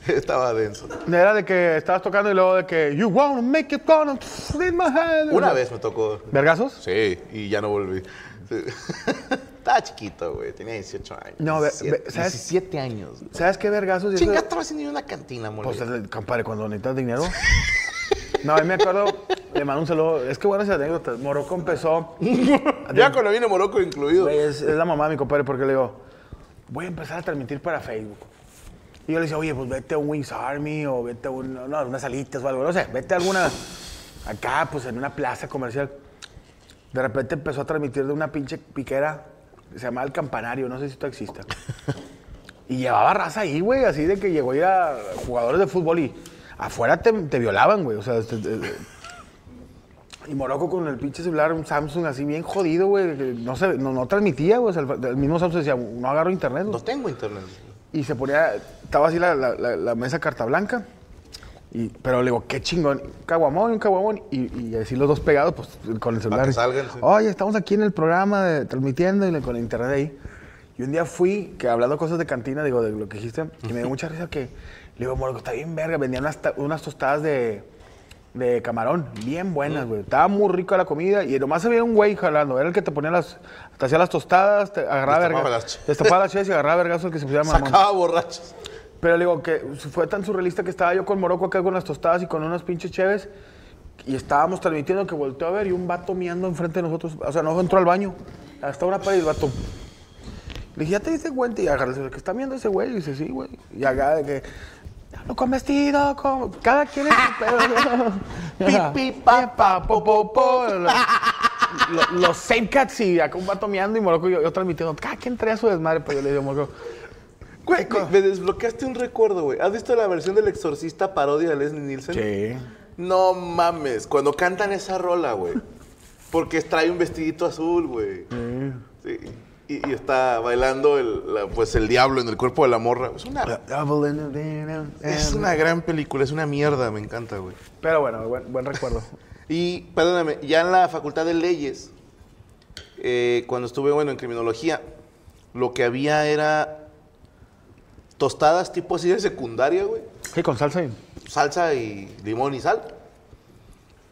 [SPEAKER 1] Sí, estaba denso.
[SPEAKER 2] Era de que estabas tocando y luego de que You wanna make it gonna in my hand.
[SPEAKER 1] Una vez me tocó.
[SPEAKER 2] ¿Vergazos?
[SPEAKER 1] Sí, y ya no volví. Sí. estaba chiquito, güey. Tenía 18 años.
[SPEAKER 2] No, ve- ve-
[SPEAKER 1] 17,
[SPEAKER 2] ¿sabes?
[SPEAKER 1] 17 años. güey.
[SPEAKER 2] ¿Sabes qué vergazos? Y eso-
[SPEAKER 1] Chinga, estaba haciendo yo una cantina, mole.
[SPEAKER 2] Pues, eh, compadre, cuando necesitas dinero. No, a mí me acuerdo, le mando un saludo. Es que bueno esa anécdota. Morocco empezó.
[SPEAKER 1] ya cuando viene Morocco incluido.
[SPEAKER 2] Güey, es, es la mamá de mi compadre porque le digo, voy a empezar a transmitir para Facebook. Y yo le decía, oye, pues vete a un Wings Army o vete a un- no, unas alitas o algo, no sé, vete a alguna, acá, pues en una plaza comercial. De repente empezó a transmitir de una pinche piquera, se llamaba El Campanario, no sé si esto exista. Y llevaba raza ahí, güey, así de que llegó a ir a jugadores de fútbol y afuera te, te violaban, güey, o sea, este, te- te- y Morocco con el pinche celular, un Samsung así bien jodido, güey. que No, se, no, no transmitía, güey. o sea, el, el mismo Samsung decía, no agarro internet. güey".
[SPEAKER 1] No tengo internet.
[SPEAKER 2] Y se ponía, estaba así la, la- la- la mesa carta blanca. Y, pero le digo, qué chingón, un caguamón, un caguamón. Y, y así los dos pegados, pues con el celular.
[SPEAKER 1] que salgan, sí.
[SPEAKER 2] Oye, estamos aquí en el programa de- transmitiendo y le- con el internet ahí. Y un día fui, que hablando cosas de cantina, digo, de lo que dijiste, y me dio mucha risa que, le digo, Morocco, está bien verga, vendían unas, ta- unas tostadas de, de camarón, bien buenas, güey. Estaba muy rica la comida y nomás había un güey jalando, era el que te ponía las, te hacía las tostadas, te agarraba
[SPEAKER 1] Destapaba
[SPEAKER 2] verga-
[SPEAKER 1] las ch-
[SPEAKER 2] Destapaba las chivas y agarraba vergazo el que se pusiera mamón.
[SPEAKER 1] Sacaba borrachos.
[SPEAKER 2] Pero le digo que fue tan surrealista que estaba yo con Morocco acá con las tostadas y con unas pinches cheves. Y estábamos transmitiendo que volteó a ver y un vato miando enfrente de nosotros. O sea, no entró al baño. Hasta una pared y el vato. Le dije, ya te diste cuenta. Y agarré, que está viendo ese güey. Y dice, sí, güey. Y acá de que. Hablo con vestido, con. Cada quien es su pedo.
[SPEAKER 1] Pi, pi, pa,
[SPEAKER 2] pa, po, po, po. Lo- Los same cats y acá un vato miando y Morocco y yo, yo transmitiendo. Cada quien traía su desmadre. Pero yo le digo, Morocco.
[SPEAKER 1] Güey, me, me desbloqueaste un recuerdo, güey. ¿Has visto la versión del exorcista parodia de Leslie Nielsen? No mames, cuando cantan esa rola, güey. Porque trae un vestidito azul, güey. Sí. Y, y está bailando el, la- pues el diablo en el cuerpo de la Eh, morra. Es una, es una gran película, es una mierda, me encanta, güey.
[SPEAKER 2] Pero bueno, buen, buen recuerdo.
[SPEAKER 1] Y, perdóname, ya en la Facultad de Leyes, eh, cuando estuve, bueno, en criminología, lo que había era tostadas tipo así de secundaria, güey.
[SPEAKER 2] Sí, con salsa. y-
[SPEAKER 1] salsa y limón y sal.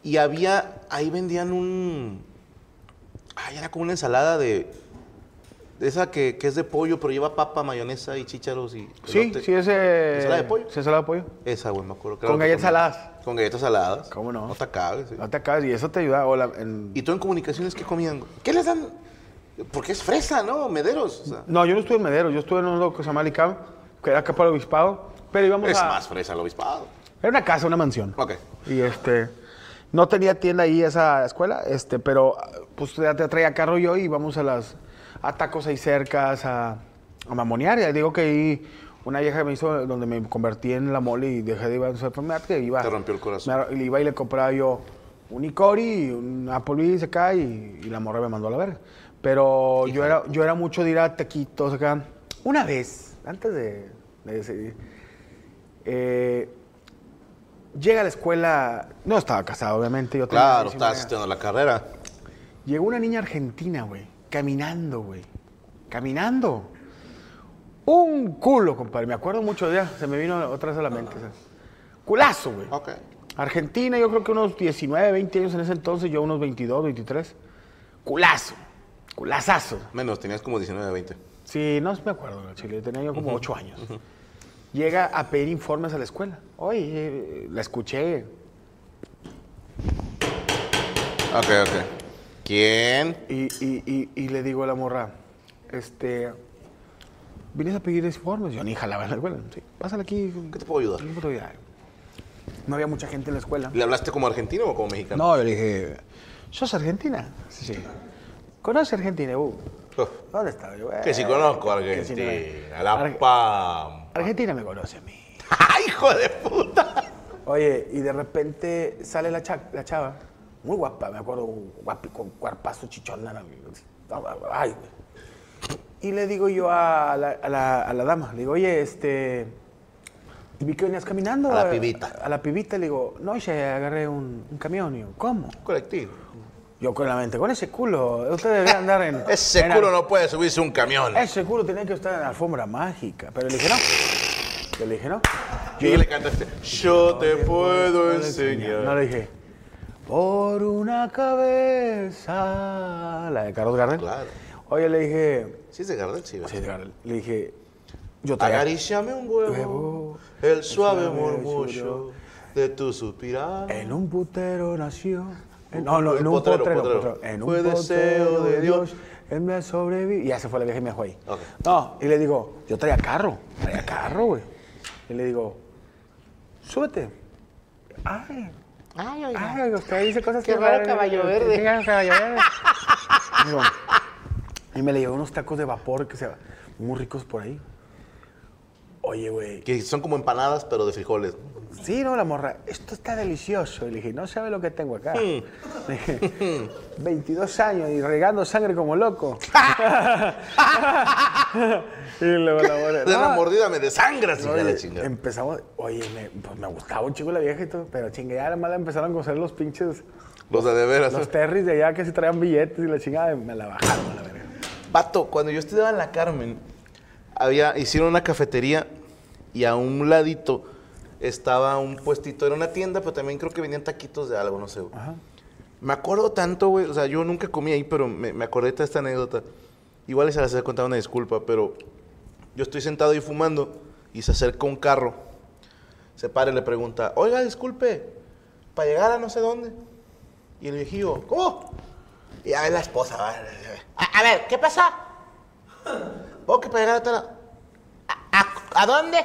[SPEAKER 1] Y había, ahí vendían un, ay, era como una ensalada de, de esa que, que es de pollo, pero lleva papa, mayonesa y chícharos y
[SPEAKER 2] Sí,
[SPEAKER 1] elote.
[SPEAKER 2] sí, ese.
[SPEAKER 1] ¿Ensalada de pollo?
[SPEAKER 2] Sí, ensalada de pollo.
[SPEAKER 1] Esa, güey, me acuerdo.
[SPEAKER 2] Con
[SPEAKER 1] lo que
[SPEAKER 2] galletas
[SPEAKER 1] comía.
[SPEAKER 2] saladas.
[SPEAKER 1] Con galletas saladas.
[SPEAKER 2] ¿Cómo no? Ah.
[SPEAKER 1] No te acabes, sí.
[SPEAKER 2] No te acabas y eso te ayuda. O la- en-
[SPEAKER 1] ¿Y tú en comunicaciones qué comían? güey? ¿Qué les dan? Porque es fresa, ¿no? Mederos. o sea.
[SPEAKER 2] No, yo no estuve en Medero, yo estuve en un loco que se llama Alicam, que era acá para el obispado. Pero íbamos
[SPEAKER 1] es
[SPEAKER 2] a.
[SPEAKER 1] más fresa el obispado.
[SPEAKER 2] Era una casa, una mansión.
[SPEAKER 1] Ok.
[SPEAKER 2] Y este. No tenía tienda ahí esa escuela, este, pero pues ya te traía carro yo y íbamos a las. a tacos ahí cercas, a, a mamonear. Ya digo que ahí una vieja me hizo donde me convertí en la mole y dejé de ir a esa enfermedad que iba.
[SPEAKER 1] Te rompió el corazón.
[SPEAKER 2] me ar- y iba y le compraba yo un Icori, un Applebee's acá y, y la morra me mandó a la verga. Pero yo era, yo era mucho de ir a taquitos acá. Una vez, antes de, de seguir, eh, llega a la escuela, no estaba casado obviamente, yo tenía
[SPEAKER 1] Claro,
[SPEAKER 2] 19
[SPEAKER 1] estás
[SPEAKER 2] años.
[SPEAKER 1] asistiendo a la carrera.
[SPEAKER 2] Llegó una niña argentina, güey. Caminando, güey. Caminando. Un culo, compadre. Me acuerdo mucho de ella. Se me vino otra vez a la mente. o sea, Culazo, güey.
[SPEAKER 1] Ok.
[SPEAKER 2] Argentina, yo creo que unos 19, 20 años en ese entonces. Yo unos 22, 23. Culazo. Culazazo.
[SPEAKER 1] Menos, tenías como 19, 20.
[SPEAKER 2] Sí, no me acuerdo, en Chile, tenía yo como ocho años. Llega a pedir informes a la escuela. Oye, eh, la escuché.
[SPEAKER 1] Ok, ok. ¿Quién?
[SPEAKER 2] Y, y- y- y le digo a la morra, este, ¿vienes a pedir informes? Yo ni jalaba en la escuela. Sí, pásale aquí.
[SPEAKER 1] ¿Qué te puedo ayudar?
[SPEAKER 2] No puedo ayudar. No había mucha gente en la escuela.
[SPEAKER 1] ¿Le hablaste como argentino o como mexicano?
[SPEAKER 2] No, yo le dije, ¿sos argentina? Sí, sí. ¿Conoce Argentina? Uh,
[SPEAKER 1] Uf,
[SPEAKER 2] ¿Dónde estaba yo?
[SPEAKER 1] Oh, Que si
[SPEAKER 2] Eh,
[SPEAKER 1] conozco a
[SPEAKER 2] que si no-
[SPEAKER 1] Argentina. a La
[SPEAKER 2] Arge-
[SPEAKER 1] Pam.
[SPEAKER 2] Argentina me conoce a mí.
[SPEAKER 1] ¡Ay, hijo de puta!
[SPEAKER 2] Oye, y de repente sale la, cha- la chava, muy guapa, me acuerdo, guapi, con cuerpazo chichona. la- Ay, güey. Y le digo yo a la, a la- a la dama, le digo, oye, este. Vi que venías caminando.
[SPEAKER 1] A la pibita.
[SPEAKER 2] A, la pibita, le digo, no, oye, agarré un, un camión. Y yo, ¿cómo?
[SPEAKER 1] Colectivo.
[SPEAKER 2] Yo con la mente, con ese culo, usted debería andar en.
[SPEAKER 1] Ese
[SPEAKER 2] en
[SPEAKER 1] culo
[SPEAKER 2] al-
[SPEAKER 1] no puede subirse un camión.
[SPEAKER 2] Ese culo tenía que estar en la alfombra mágica. Pero le dije, no. Yo le dije, no.
[SPEAKER 1] Y le cantaste, yo te puedo enseñar.
[SPEAKER 2] No le dije. Por una cabeza. La de Carlos Gardel.
[SPEAKER 1] Claro.
[SPEAKER 2] Oye, le dije.
[SPEAKER 1] Sí, es de Gardel, sí. ¿verdad?
[SPEAKER 2] sí, Gardel. Le dije. Yo te
[SPEAKER 1] Agaríciame un huevo,
[SPEAKER 2] Huevo,
[SPEAKER 1] el suave
[SPEAKER 2] el suave
[SPEAKER 1] murmullo
[SPEAKER 2] susurro.
[SPEAKER 1] de tu suspirar.
[SPEAKER 2] En un putero nació. en- no, no, en un
[SPEAKER 1] Potrero,
[SPEAKER 2] potrero.
[SPEAKER 1] potrero.
[SPEAKER 2] potrero. En un
[SPEAKER 1] Fue
[SPEAKER 2] potrero
[SPEAKER 1] deseo de
[SPEAKER 2] de
[SPEAKER 1] Dios.
[SPEAKER 2] Dios. Él me sobrevivió. Y ya se fue la vieja y me dejó ahí.
[SPEAKER 1] Ok.
[SPEAKER 2] No, y le digo, yo traía carro. Traía carro, güey. Y le digo, súbete. Ay. Ay, Ay, usted dice cosas
[SPEAKER 1] Qué
[SPEAKER 2] que
[SPEAKER 1] raro
[SPEAKER 2] raras,
[SPEAKER 1] caballo
[SPEAKER 2] que-
[SPEAKER 1] verde.
[SPEAKER 2] que- que- caballo verde. Digo, y me le llevó unos tacos de vapor que se muy ricos por ahí. Oye, güey.
[SPEAKER 1] Que son como empanadas, pero de frijoles. ¿no?
[SPEAKER 2] Sí, no, la morra, esto está delicioso. Y le dije, no sabe lo que tengo acá.
[SPEAKER 1] Mm.
[SPEAKER 2] Le dije, 22 años y regando sangre como loco. y luego la morra,
[SPEAKER 1] De una
[SPEAKER 2] Ah. "No".
[SPEAKER 1] mordida me desangras, hija de la
[SPEAKER 2] Oye, em-
[SPEAKER 1] chingada.
[SPEAKER 2] empezamos, oye, me, pues me gustaba un chico la vieja y todo, pero chingue, ya además empezaron a conocer los pinches,
[SPEAKER 1] Los de de veras.
[SPEAKER 2] los terris de allá que se traían billetes y la chingada, me la bajaron a la verga.
[SPEAKER 1] Vato, cuando yo estudiaba en la Carmen, había, hicieron una cafetería y a un ladito estaba un puestito, era una tienda, pero también creo que vendían taquitos de algo, no sé. güey. Me acuerdo tanto, güey, o sea, yo nunca comí ahí, pero me, me acordé de esta anécdota. Igual se las he contado una disculpa, pero yo estoy sentado ahí fumando y se acerca un carro. Se para y le pregunta, oiga, disculpe, para llegar a no sé dónde. Y el viejillo, ¿cómo? Y a ver la esposa, va. A, a ver, ¿qué pasa? ¿Vos que para llegar a tal lado? ¿A, a- a dónde?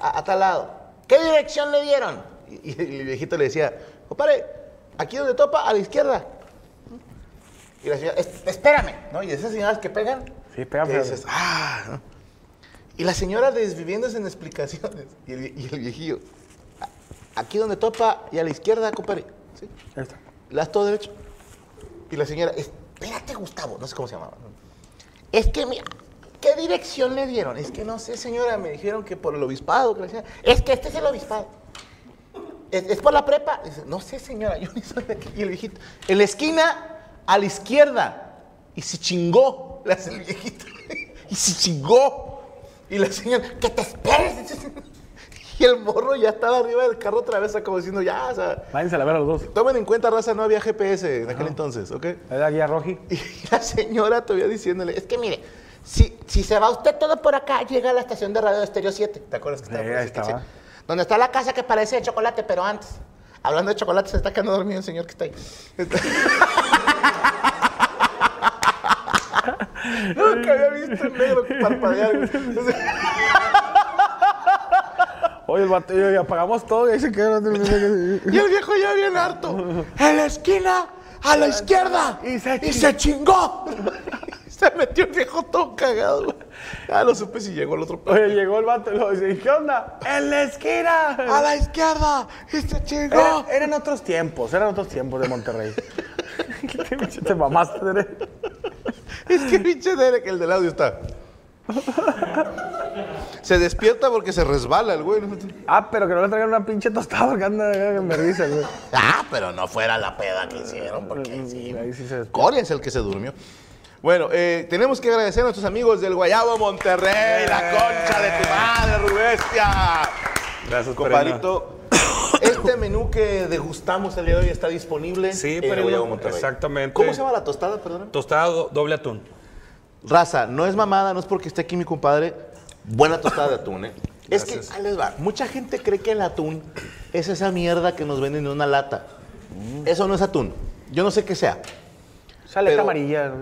[SPEAKER 1] A, a tal lado. ¿Qué dirección le dieron? Y, y el viejito le decía, compadre, aquí donde topa, a la izquierda. Y la señora, "Es- espérame, ¿no? Y esas señoras que pegan.
[SPEAKER 2] Sí, pegan,
[SPEAKER 1] que
[SPEAKER 2] pegan.
[SPEAKER 1] dices, ah, ¿no? Y la señora desviviéndose en explicaciones. Y el, vie- y el viejillo, "A- aquí donde topa y a la izquierda, compadre. ¿Sí?
[SPEAKER 2] Ahí está.
[SPEAKER 1] Las todo derecho. Y la señora, espérate, Gustavo, no sé cómo se llamaba. Es que, mira, ¿qué dirección le dieron? Es que no sé, señora, me dijeron que por el obispado. que la señora- es que este es el obispado. ¿Es, es por la prepa? Dice, no sé, señora, yo ni soy de aquí. Y el viejito, en la esquina, a la izquierda. Y se chingó, le hace el viejito. Y se chingó. Y la señora, que te esperes. Y el morro ya estaba arriba del carro otra vez, como diciendo, ya, o sea,
[SPEAKER 2] Váyanse a la verga los dos.
[SPEAKER 1] Tomen en cuenta, raza, no había GPS en aquel entonces, ¿ok?
[SPEAKER 2] Ahí la guía Roji.
[SPEAKER 1] Y la señora todavía diciéndole, es que mire, si, si se va usted todo por acá, llega a la estación de radio de Estéreo 7. ¿Te acuerdas que estaba?
[SPEAKER 2] Sí,
[SPEAKER 1] por
[SPEAKER 2] Eh, ahí
[SPEAKER 1] ese que
[SPEAKER 2] estaba.
[SPEAKER 1] sí? Donde está la casa que parece de chocolate, pero antes. Hablando de chocolate, se está quedando dormido el señor que está ahí. Está- Nunca había visto el negro parpadear. güey. Entonces,
[SPEAKER 2] Oye, el vato, y apagamos todo y ahí se quedaron.
[SPEAKER 1] Y el viejo ya bien harto. En la esquina, a la izquierda.
[SPEAKER 2] Y se
[SPEAKER 1] y se chingó. se metió el viejo todo cagado. güey. Ah, lo supe si llegó el otro.
[SPEAKER 2] Oye, llegó el vato y lo dice, ¿qué onda? ¡En la esquina!
[SPEAKER 1] A la izquierda. Y se chingó.
[SPEAKER 2] Era- eran otros tiempos, eran otros tiempos de Monterrey. ¿Qué te, pinche te mamaste, Dere?
[SPEAKER 1] es que pinche Derek, el del audio está. se despierta porque se resbala el güey. ¿no?
[SPEAKER 2] Ah, pero que no le traigan una pinche tostada que anda acá en vergüenza, güey.
[SPEAKER 1] Ah, pero no fuera la peda que hicieron. Porque sí.
[SPEAKER 2] Ah, Ahí sí se despierta.
[SPEAKER 1] Coria es el que se durmió. Bueno, eh, tenemos que agradecer a nuestros amigos del Guayabo Monterrey, la
[SPEAKER 2] Eh.
[SPEAKER 1] concha de tu madre, Rubestia.
[SPEAKER 2] Pues
[SPEAKER 5] Gracias,
[SPEAKER 1] Compadrito, este menú que degustamos el día de hoy está disponible
[SPEAKER 5] Sí,
[SPEAKER 1] en el
[SPEAKER 5] Perino,
[SPEAKER 1] Guayabo Monterrey.
[SPEAKER 5] exactamente.
[SPEAKER 1] ¿Cómo se llama la tostada, perdón?
[SPEAKER 5] Tostado doble atún.
[SPEAKER 1] Raza, no es mamada, no es porque esté aquí mi compadre. Buena tostada de atún, ¿eh? Es que,
[SPEAKER 5] Gracias.
[SPEAKER 1] ahí les va. Mucha gente cree que el atún es esa mierda que nos venden en una lata.
[SPEAKER 5] Mm.
[SPEAKER 1] Eso no es atún. Yo no sé qué sea.
[SPEAKER 2] Sale
[SPEAKER 1] Pero-
[SPEAKER 2] esta amarilla.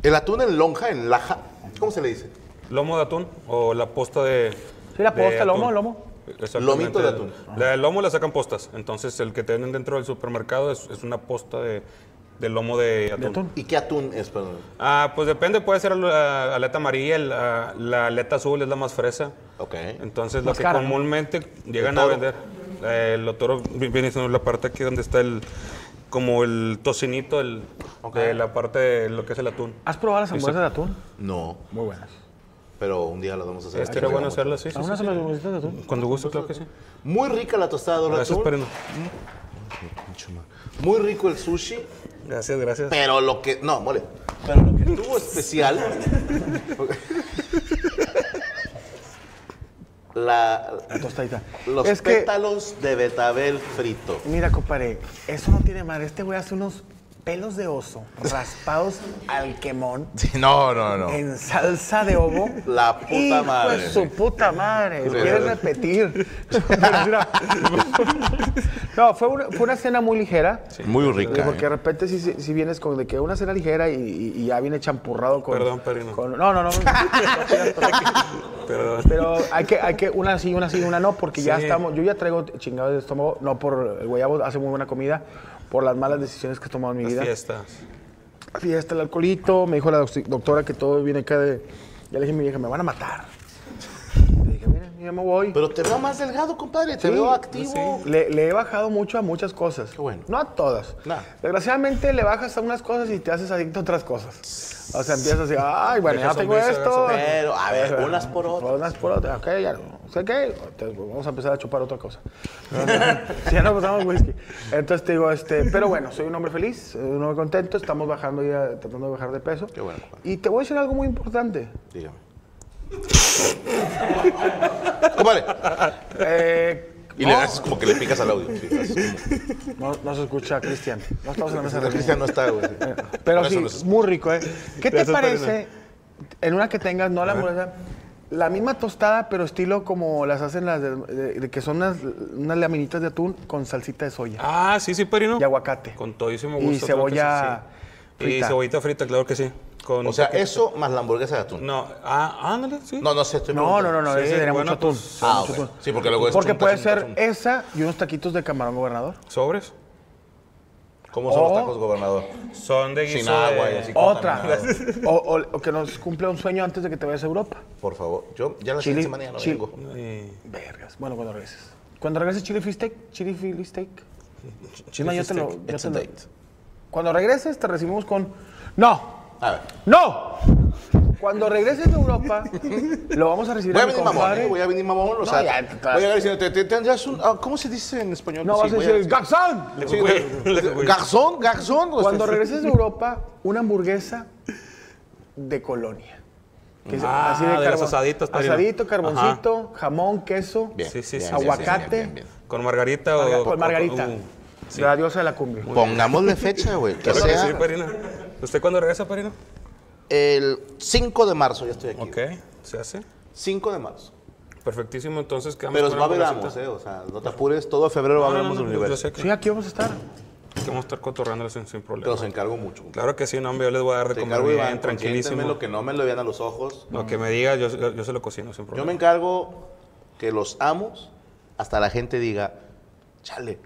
[SPEAKER 1] El atún en lonja, en laja, ¿cómo se le dice?
[SPEAKER 5] ¿Lomo de atún o la posta de.?
[SPEAKER 2] Sí, la
[SPEAKER 5] de
[SPEAKER 2] posta, lomo,
[SPEAKER 5] atún.
[SPEAKER 2] lomo.
[SPEAKER 5] Exactamente.
[SPEAKER 1] Lomito de atún.
[SPEAKER 5] La del lomo la sacan postas. Entonces, el que te venden dentro del supermercado es, es una posta de, Del lomo de atún.
[SPEAKER 1] ¿Y qué atún es, perdón?
[SPEAKER 5] Ah, pues depende, puede ser la aleta amarilla, el, ah, la aleta azul es la más fresa.
[SPEAKER 1] Ok.
[SPEAKER 5] Entonces, lo
[SPEAKER 2] Más
[SPEAKER 5] que
[SPEAKER 2] cara, ¿no?
[SPEAKER 5] comúnmente llegan a
[SPEAKER 1] toro.
[SPEAKER 5] vender, eh, el toro vi- viene siendo la parte aquí donde está el, como el tocinito, el, de la parte de lo que es el atún.
[SPEAKER 2] ¿Has probado las hamburguesas de atún?
[SPEAKER 1] No,
[SPEAKER 2] Muy buenas.
[SPEAKER 1] pero un día las vamos a hacer.
[SPEAKER 5] Este era bueno hacerlo, sí, sí,
[SPEAKER 2] ¿Algunas
[SPEAKER 5] sí.
[SPEAKER 2] son las hamburguesitas de atún?
[SPEAKER 5] Cuando guste, claro que sí.
[SPEAKER 1] Muy rica la tostada de
[SPEAKER 5] Gracias,
[SPEAKER 1] atún.
[SPEAKER 5] Perino.
[SPEAKER 1] Muy rico el sushi,
[SPEAKER 5] Gracias, gracias.
[SPEAKER 1] pero lo que... No, mole. Pero lo que tuvo especial... la,
[SPEAKER 2] La tostadita.
[SPEAKER 1] los
[SPEAKER 2] es que,
[SPEAKER 1] pétalos de betabel frito.
[SPEAKER 2] mira, compadre, eso no tiene madre. Este güey hace unos pelos de oso raspados al quemón
[SPEAKER 1] No, no,
[SPEAKER 2] en salsa de ovo.
[SPEAKER 1] La puta
[SPEAKER 2] Hijo de
[SPEAKER 1] madre.
[SPEAKER 2] su puta madre.
[SPEAKER 1] Sí.
[SPEAKER 2] Quieres repetir. Pero mira, no, fue una, fue una cena muy ligera.
[SPEAKER 1] Muy
[SPEAKER 2] Sí,
[SPEAKER 1] rica. eh.
[SPEAKER 2] porque de repente si, si- si vienes con de que una cena ligera y, y- y ya viene champurrado con...
[SPEAKER 5] Perdón, Perino.
[SPEAKER 2] con- no, no, no.
[SPEAKER 5] Perdón.
[SPEAKER 2] Pero hay que, hay que una sí, una sí, una no, porque ya
[SPEAKER 5] Sí.
[SPEAKER 2] estamos... Yo ya traigo chingado de estómago, no por... El guayabo hace muy buena comida, por las malas decisiones que he tomado en mi
[SPEAKER 5] Las
[SPEAKER 2] vida.
[SPEAKER 5] fiestas.
[SPEAKER 2] Fiesta, el alcoholito, me dijo la doc- doctora que todo viene acá de... Ya le dije a mi vieja, me van a matar. Le dije, mira, ya me voy.
[SPEAKER 1] Pero te veo más delgado, compadre. Te
[SPEAKER 2] Sí,
[SPEAKER 1] veo activo.
[SPEAKER 2] Le, le he bajado mucho a muchas cosas.
[SPEAKER 1] Qué bueno.
[SPEAKER 2] No a todas.
[SPEAKER 1] Nah.
[SPEAKER 2] Desgraciadamente le bajas a unas cosas y te haces adicto a otras cosas. O sea, empiezas así, ay, bueno,
[SPEAKER 5] Deja
[SPEAKER 2] ya tengo
[SPEAKER 5] sonrisa,
[SPEAKER 2] esto.
[SPEAKER 5] deja
[SPEAKER 1] Pero, a ver, unas por otras.
[SPEAKER 2] Unas por otras. Ok, ya no. ¿Sé qué? Entonces, pues, vamos a empezar a chupar otra cosa. si ya no pasamos whisky. Entonces te digo, este, pero bueno, soy un hombre feliz, eh, un hombre contento, estamos bajando ya, tratando de bajar de peso.
[SPEAKER 1] Qué bueno, Juan.
[SPEAKER 2] Y te voy a decir algo muy importante.
[SPEAKER 1] Dígame. compadre.
[SPEAKER 2] Eh,
[SPEAKER 1] Y le haces como que le picas al audio. Sí, haces como-
[SPEAKER 2] no, no se escucha, Cristian. No estamos en la mesa
[SPEAKER 1] Pero
[SPEAKER 2] de
[SPEAKER 1] Cristian no está, güey.
[SPEAKER 2] Pero
[SPEAKER 1] Por eso
[SPEAKER 2] sí,
[SPEAKER 1] no se-
[SPEAKER 2] muy rico, ¿eh? ¿Qué te
[SPEAKER 5] Gracias,
[SPEAKER 2] parece
[SPEAKER 5] Karina.
[SPEAKER 1] ¿eh?
[SPEAKER 2] en una que tengas, no la hamburguesa, la misma tostada, pero estilo como las hacen las de, de- de que son unas, unas laminitas de atún con salsita de soya
[SPEAKER 5] Ah, sí, sí, Perino.
[SPEAKER 2] y aguacate?
[SPEAKER 5] Con todísimo
[SPEAKER 2] Y
[SPEAKER 5] gusto. claro que sí,
[SPEAKER 2] cebolla
[SPEAKER 5] sí.
[SPEAKER 2] frita.
[SPEAKER 5] Y cebollita frita, claro que sí. Con
[SPEAKER 1] O sea,
[SPEAKER 5] poquito-
[SPEAKER 1] eso más la hamburguesa de atún.
[SPEAKER 5] No, ah, ándale, sí.
[SPEAKER 1] No, no sé, estoy
[SPEAKER 2] No, no,
[SPEAKER 1] preguntando.
[SPEAKER 2] no, no,
[SPEAKER 5] Sí,
[SPEAKER 2] ese sería
[SPEAKER 5] bueno,
[SPEAKER 2] mucho atún.
[SPEAKER 5] pues,
[SPEAKER 2] sería
[SPEAKER 1] ah,
[SPEAKER 2] mucho
[SPEAKER 1] ok.
[SPEAKER 2] atún.
[SPEAKER 1] Sí, porque luego es
[SPEAKER 2] Porque
[SPEAKER 1] chunta,
[SPEAKER 2] puede
[SPEAKER 1] chunta,
[SPEAKER 2] ser
[SPEAKER 1] chunta.
[SPEAKER 2] esa y unos taquitos de camarón gobernador.
[SPEAKER 5] ¿Sobres?
[SPEAKER 1] ¿Cómo son los
[SPEAKER 2] Oh.
[SPEAKER 1] tacos, gobernador?
[SPEAKER 5] Son de guiso
[SPEAKER 1] Sin agua y
[SPEAKER 5] de-
[SPEAKER 1] así.
[SPEAKER 2] Otra.
[SPEAKER 1] contaminados.
[SPEAKER 2] O, o- o que nos cumpla un sueño antes de que te vayas a Europa.
[SPEAKER 1] Por favor. Yo ya la siguiente
[SPEAKER 2] Chili-
[SPEAKER 1] semana ya no
[SPEAKER 2] chili-
[SPEAKER 1] vengo.
[SPEAKER 2] Vergas. Bueno, cuando regreses. Cuando regreses, chili fish steak. Chili fish steak. no, yo te lo. yo
[SPEAKER 1] It's
[SPEAKER 2] te
[SPEAKER 1] a
[SPEAKER 2] lo-
[SPEAKER 1] date.
[SPEAKER 2] Cuando regreses, te recibimos con. ¡No!
[SPEAKER 1] A ver.
[SPEAKER 2] ¡No! Cuando regreses de Europa, lo vamos a recibir
[SPEAKER 1] Voy a
[SPEAKER 2] mi
[SPEAKER 1] venir mamón,
[SPEAKER 2] compadre.
[SPEAKER 1] ¿eh? voy a venir mamón, o
[SPEAKER 2] No,
[SPEAKER 1] sea,
[SPEAKER 2] ya,
[SPEAKER 1] voy a
[SPEAKER 2] claro.
[SPEAKER 1] llegar diciendo, te, te- tendrás un, ah, ¿cómo se dice en español?
[SPEAKER 2] No
[SPEAKER 1] Sí,
[SPEAKER 2] vas a
[SPEAKER 1] voy
[SPEAKER 2] decir, ¡Garzón!
[SPEAKER 1] Sí, garzón, garzón. o
[SPEAKER 5] Pues
[SPEAKER 1] sea,
[SPEAKER 2] Cuando regreses de Europa, una hamburguesa de colonia. Que es
[SPEAKER 5] Ah, de las
[SPEAKER 2] carbón-
[SPEAKER 5] asaditas, Tarino.
[SPEAKER 2] Asadito, carboncito, jamón, queso,
[SPEAKER 1] Bien,
[SPEAKER 5] Sí, sí,
[SPEAKER 1] bien,
[SPEAKER 5] sí,
[SPEAKER 1] bien,
[SPEAKER 2] aguacate.
[SPEAKER 1] bien, bien, bien.
[SPEAKER 5] Con uh, margarita o...
[SPEAKER 2] con margarita.
[SPEAKER 5] o-
[SPEAKER 2] La diosa de la cumbia.
[SPEAKER 1] Pongámosle fecha, güey, que
[SPEAKER 5] Claro que sí, pues.
[SPEAKER 1] sea
[SPEAKER 5] Perino. ¿Usted cuándo regresa, Perino?
[SPEAKER 1] el 5 de marzo, ya estoy aquí.
[SPEAKER 5] Ok, se hace.
[SPEAKER 1] 5 de marzo.
[SPEAKER 5] Perfectísimo, entonces quedamos
[SPEAKER 1] Pero
[SPEAKER 5] con
[SPEAKER 1] va a haber
[SPEAKER 5] hamburguesita.
[SPEAKER 1] ambos, ¿eh? O sea, no te apures, todo febrero va a
[SPEAKER 5] No,
[SPEAKER 1] haber
[SPEAKER 5] no, no,
[SPEAKER 1] ambos
[SPEAKER 5] no,
[SPEAKER 1] del
[SPEAKER 5] yo
[SPEAKER 1] universo.
[SPEAKER 5] sé que,
[SPEAKER 2] Sí, aquí vamos a estar.
[SPEAKER 5] que vamos a estar cotorreándolo sin, sin problema.
[SPEAKER 1] Te los encargo mucho.
[SPEAKER 5] Claro que sí, no, hombre, yo les voy a dar de
[SPEAKER 1] Te
[SPEAKER 5] comer
[SPEAKER 1] encargo, Iván,
[SPEAKER 5] bien,
[SPEAKER 1] tranquilísimo.
[SPEAKER 5] tranquilísimo.
[SPEAKER 1] lo que no me lo vean a los ojos.
[SPEAKER 5] Lo que me diga, yo, yo- yo se lo cocino sin problema.
[SPEAKER 1] Yo me encargo que los amos hasta la gente diga, chale,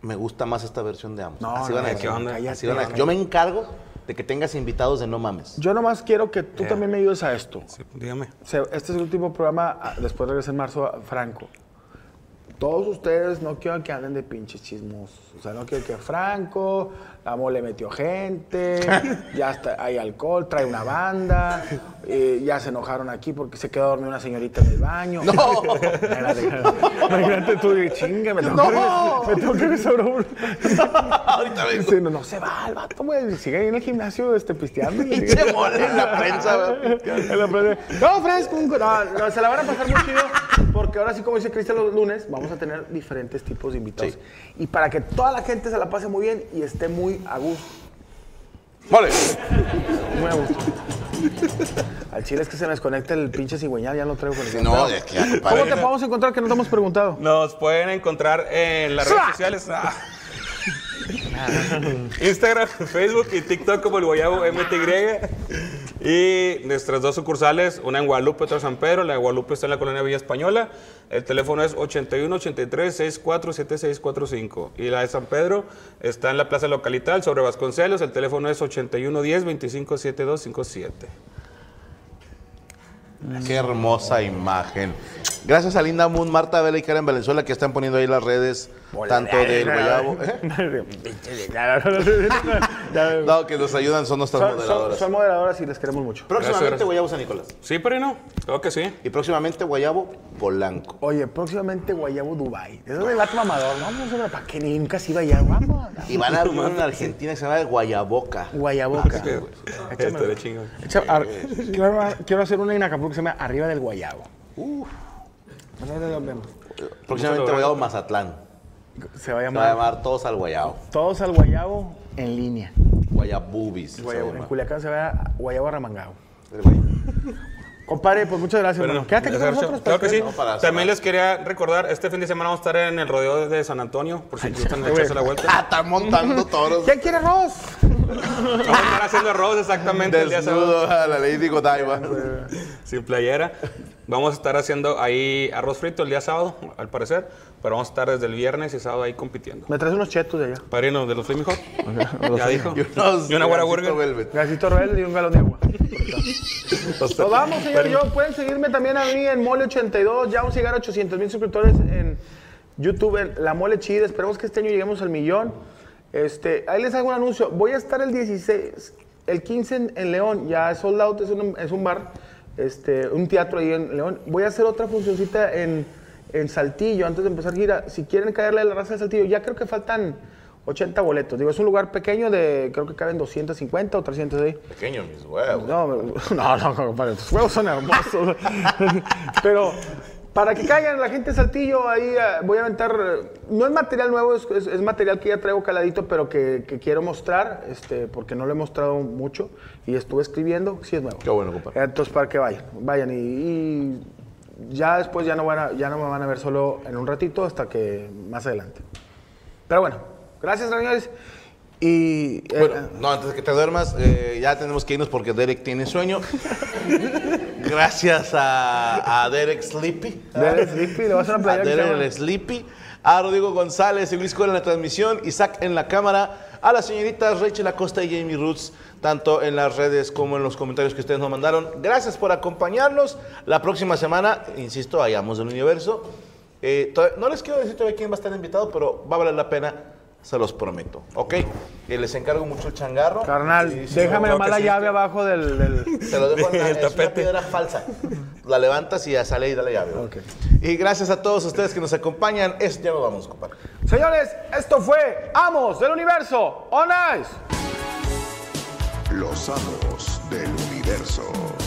[SPEAKER 1] me gusta más esta versión de amos.
[SPEAKER 2] No,
[SPEAKER 1] así
[SPEAKER 2] no,
[SPEAKER 1] van a
[SPEAKER 2] no,
[SPEAKER 1] decir.
[SPEAKER 5] ¿qué onda?
[SPEAKER 1] así
[SPEAKER 2] Cállate,
[SPEAKER 1] van a decir.
[SPEAKER 2] no,
[SPEAKER 1] Yo me encargo de que tengas invitados de no mames.
[SPEAKER 2] Yo nomás quiero que tú también me ayudes a esto.
[SPEAKER 5] Sí, dígame.
[SPEAKER 2] O sea, este es el último programa, ah, después regresa en marzo a Franco. Todos ustedes no quiero que anden de pinches chismosos. O sea, no quiero que Franco, la mole metió gente, ya está, hay alcohol, trae una banda, eh, ya se enojaron aquí porque se quedó dormida una señorita en el baño. ¡No! Imagínate tú, de chinga, me tengo que me tengo que besar a un- Sí, no, no se va, el vato, güey, sigue ahí en el gimnasio este, pisteando. sigue-
[SPEAKER 1] Pinche mole en la prensa, güey.
[SPEAKER 2] en la plaza. No, fresco. un co- No, no, se la van a pasar muy chido. Porque ahora sí, como dice Cristian, los lunes vamos a tener diferentes tipos de invitados. Y para que toda la gente se la pase muy bien y esté muy a gusto.
[SPEAKER 1] Mole.
[SPEAKER 2] Muy a gusto. Al chile es que se me desconecta el pinche cigüeñal, ya no traigo conexión.
[SPEAKER 1] No,
[SPEAKER 2] Pero,
[SPEAKER 1] es que ya, compadre.
[SPEAKER 2] ¿Cómo te podemos encontrar que no te hemos preguntado?
[SPEAKER 5] Nos pueden encontrar en las redes
[SPEAKER 2] ¡Sua!
[SPEAKER 5] sociales. Ah. Instagram, Facebook y TikTok como el Guayabo MTY. Y nuestras dos sucursales, una en Guadalupe, otra en San Pedro. La de Guadalupe está en la colonia Villa Española. El teléfono es 81-83-64-7645. Y la de San Pedro está en la plaza localital sobre Vasconcelos. El teléfono es 81-10-25-7257.
[SPEAKER 1] Qué hermosa imagen. Gracias a Linda Moon, Marta Vela y Karen Valenzuela que están poniendo ahí las redes, tanto del Guayabo. ¿eh? No, que nos ayudan, son nuestras
[SPEAKER 2] Son, son,
[SPEAKER 1] moderadoras.
[SPEAKER 2] son moderadoras y les queremos mucho.
[SPEAKER 1] Próximamente
[SPEAKER 5] Gracias, gracias.
[SPEAKER 1] Guayabo San Nicolás.
[SPEAKER 5] Sí, pero no. Claro que sí.
[SPEAKER 1] Y próximamente Guayabo Polanco.
[SPEAKER 2] Oye, próximamente Guayabo Dubai. Eso es el vato mamador. No, vamos a para que nunca se iba allá. Vamos.
[SPEAKER 1] Y van a abrir una en Argentina que se llama Guayaboca.
[SPEAKER 2] Guayaboca.
[SPEAKER 5] Estaré chingón.
[SPEAKER 2] Echa- ar- quiero, quiero hacer una en Acapulco que se llama Arriba del Guayabo. No sé de dónde vemos.
[SPEAKER 1] Próximamente Guayabo Mazatlán.
[SPEAKER 2] Se
[SPEAKER 1] Se va
[SPEAKER 2] va a
[SPEAKER 1] a
[SPEAKER 2] llamar
[SPEAKER 1] llamar todos al Guayabo.
[SPEAKER 2] Todos al Guayabo en línea.
[SPEAKER 1] Guayabubis. se
[SPEAKER 2] Guayabo. En
[SPEAKER 1] llama.
[SPEAKER 2] Culiacán se va a Guayabo Arremangado. Compadre, pues muchas gracias. hermano. Quédate aquí con
[SPEAKER 5] Gracias,
[SPEAKER 2] nosotros.
[SPEAKER 5] Claro que
[SPEAKER 2] para
[SPEAKER 5] sí.
[SPEAKER 1] no, para
[SPEAKER 5] También
[SPEAKER 1] cerrar.
[SPEAKER 5] les quería recordar, este fin de semana vamos a estar en el rodeo de San Antonio, por si gustan echarse la vuelta.
[SPEAKER 1] Ah, están montando toros.
[SPEAKER 2] ¿Quién quiere arroz?
[SPEAKER 5] Vamos a estar haciendo arroz exactamente el día sábado,
[SPEAKER 1] Desnudo a la Lady Godiva.
[SPEAKER 5] sin playera. Vamos a estar haciendo ahí arroz frito el día sábado, al parecer, pero vamos a estar desde el viernes y sábado ahí compitiendo.
[SPEAKER 2] Me traes unos chetos de allá.
[SPEAKER 5] Padrino de los Flaming Hot, ya dijo.
[SPEAKER 1] Y unos
[SPEAKER 5] Y una Guara Burger.
[SPEAKER 1] gansito velvet.
[SPEAKER 2] Gasito Roel y un galón de agua.
[SPEAKER 5] Entonces,
[SPEAKER 2] Nos vamos, señor. Yo pueden seguirme también a mí en Mole82. Ya vamos a llegar a 800 mil suscriptores en YouTube, en La Mole Chida. Esperemos que este año lleguemos al millón. Este, ahí les hago un anuncio. Voy a estar el 16, el 15 en, en León. Ya es sold out, es un, es un bar, este, un teatro ahí en León. Voy a hacer otra funcioncita en, en Saltillo antes de empezar gira. Si quieren caerle a la raza de Saltillo, ya creo que faltan 80 boletos. Digo, es un lugar pequeño de, creo que caben 250 o 300 ahí.
[SPEAKER 1] Pequeño, mis huevos.
[SPEAKER 2] No, me- no, no, compadre, tus huevos son hermosos. Pero para que caigan la gente de Saltillo, ahí eh, voy a aventar. eh, No es material nuevo, es, es- es material que ya traigo caladito, pero que, que quiero mostrar, este, porque no lo he mostrado mucho y estuve escribiendo, sí es nuevo.
[SPEAKER 1] Qué bueno, compadre.
[SPEAKER 2] Entonces, para que vayan, vayan y. y ya después ya no, van a- ya no me van a ver solo en un ratito hasta que más adelante. Pero bueno, gracias señores. Y eh,
[SPEAKER 1] Bueno, no, antes de que te duermas, eh, ya tenemos que irnos porque Derek tiene sueño. Gracias a, a Derek Sleepy.
[SPEAKER 2] Derek Sleepy, le vas a una playera
[SPEAKER 1] A
[SPEAKER 2] que se
[SPEAKER 1] Derek
[SPEAKER 2] llama-
[SPEAKER 1] el Sleepy. A Rodrigo González y Luis Cora en la transmisión. Isaac en la cámara. A las señoritas Rachel Acosta y Jamie Roots, tanto en las redes como en los comentarios que ustedes nos mandaron. Gracias por acompañarnos. La próxima semana, insisto, hallamos del universo. Eh, to- no les quiero decir todavía quién va a estar invitado, pero va a valer la pena, se los prometo. ¿Ok? Eh, les encargo mucho el changarro.
[SPEAKER 2] Carnal,
[SPEAKER 1] Sí, sí,
[SPEAKER 2] déjame
[SPEAKER 5] claro
[SPEAKER 2] nomás
[SPEAKER 5] que
[SPEAKER 2] la
[SPEAKER 5] sí.
[SPEAKER 2] llave abajo del- del,
[SPEAKER 1] Te lo dejo en la,
[SPEAKER 5] El
[SPEAKER 1] es una
[SPEAKER 5] tapete.
[SPEAKER 1] piedra falsa. La levantas y ya sale y dale llave. güey.
[SPEAKER 2] Ok.
[SPEAKER 1] Y gracias a todos ustedes que nos acompañan. Es, ya nos vamos, compadre.
[SPEAKER 2] Señores, esto fue Amos del Universo. On Ice.
[SPEAKER 7] Los amos del universo.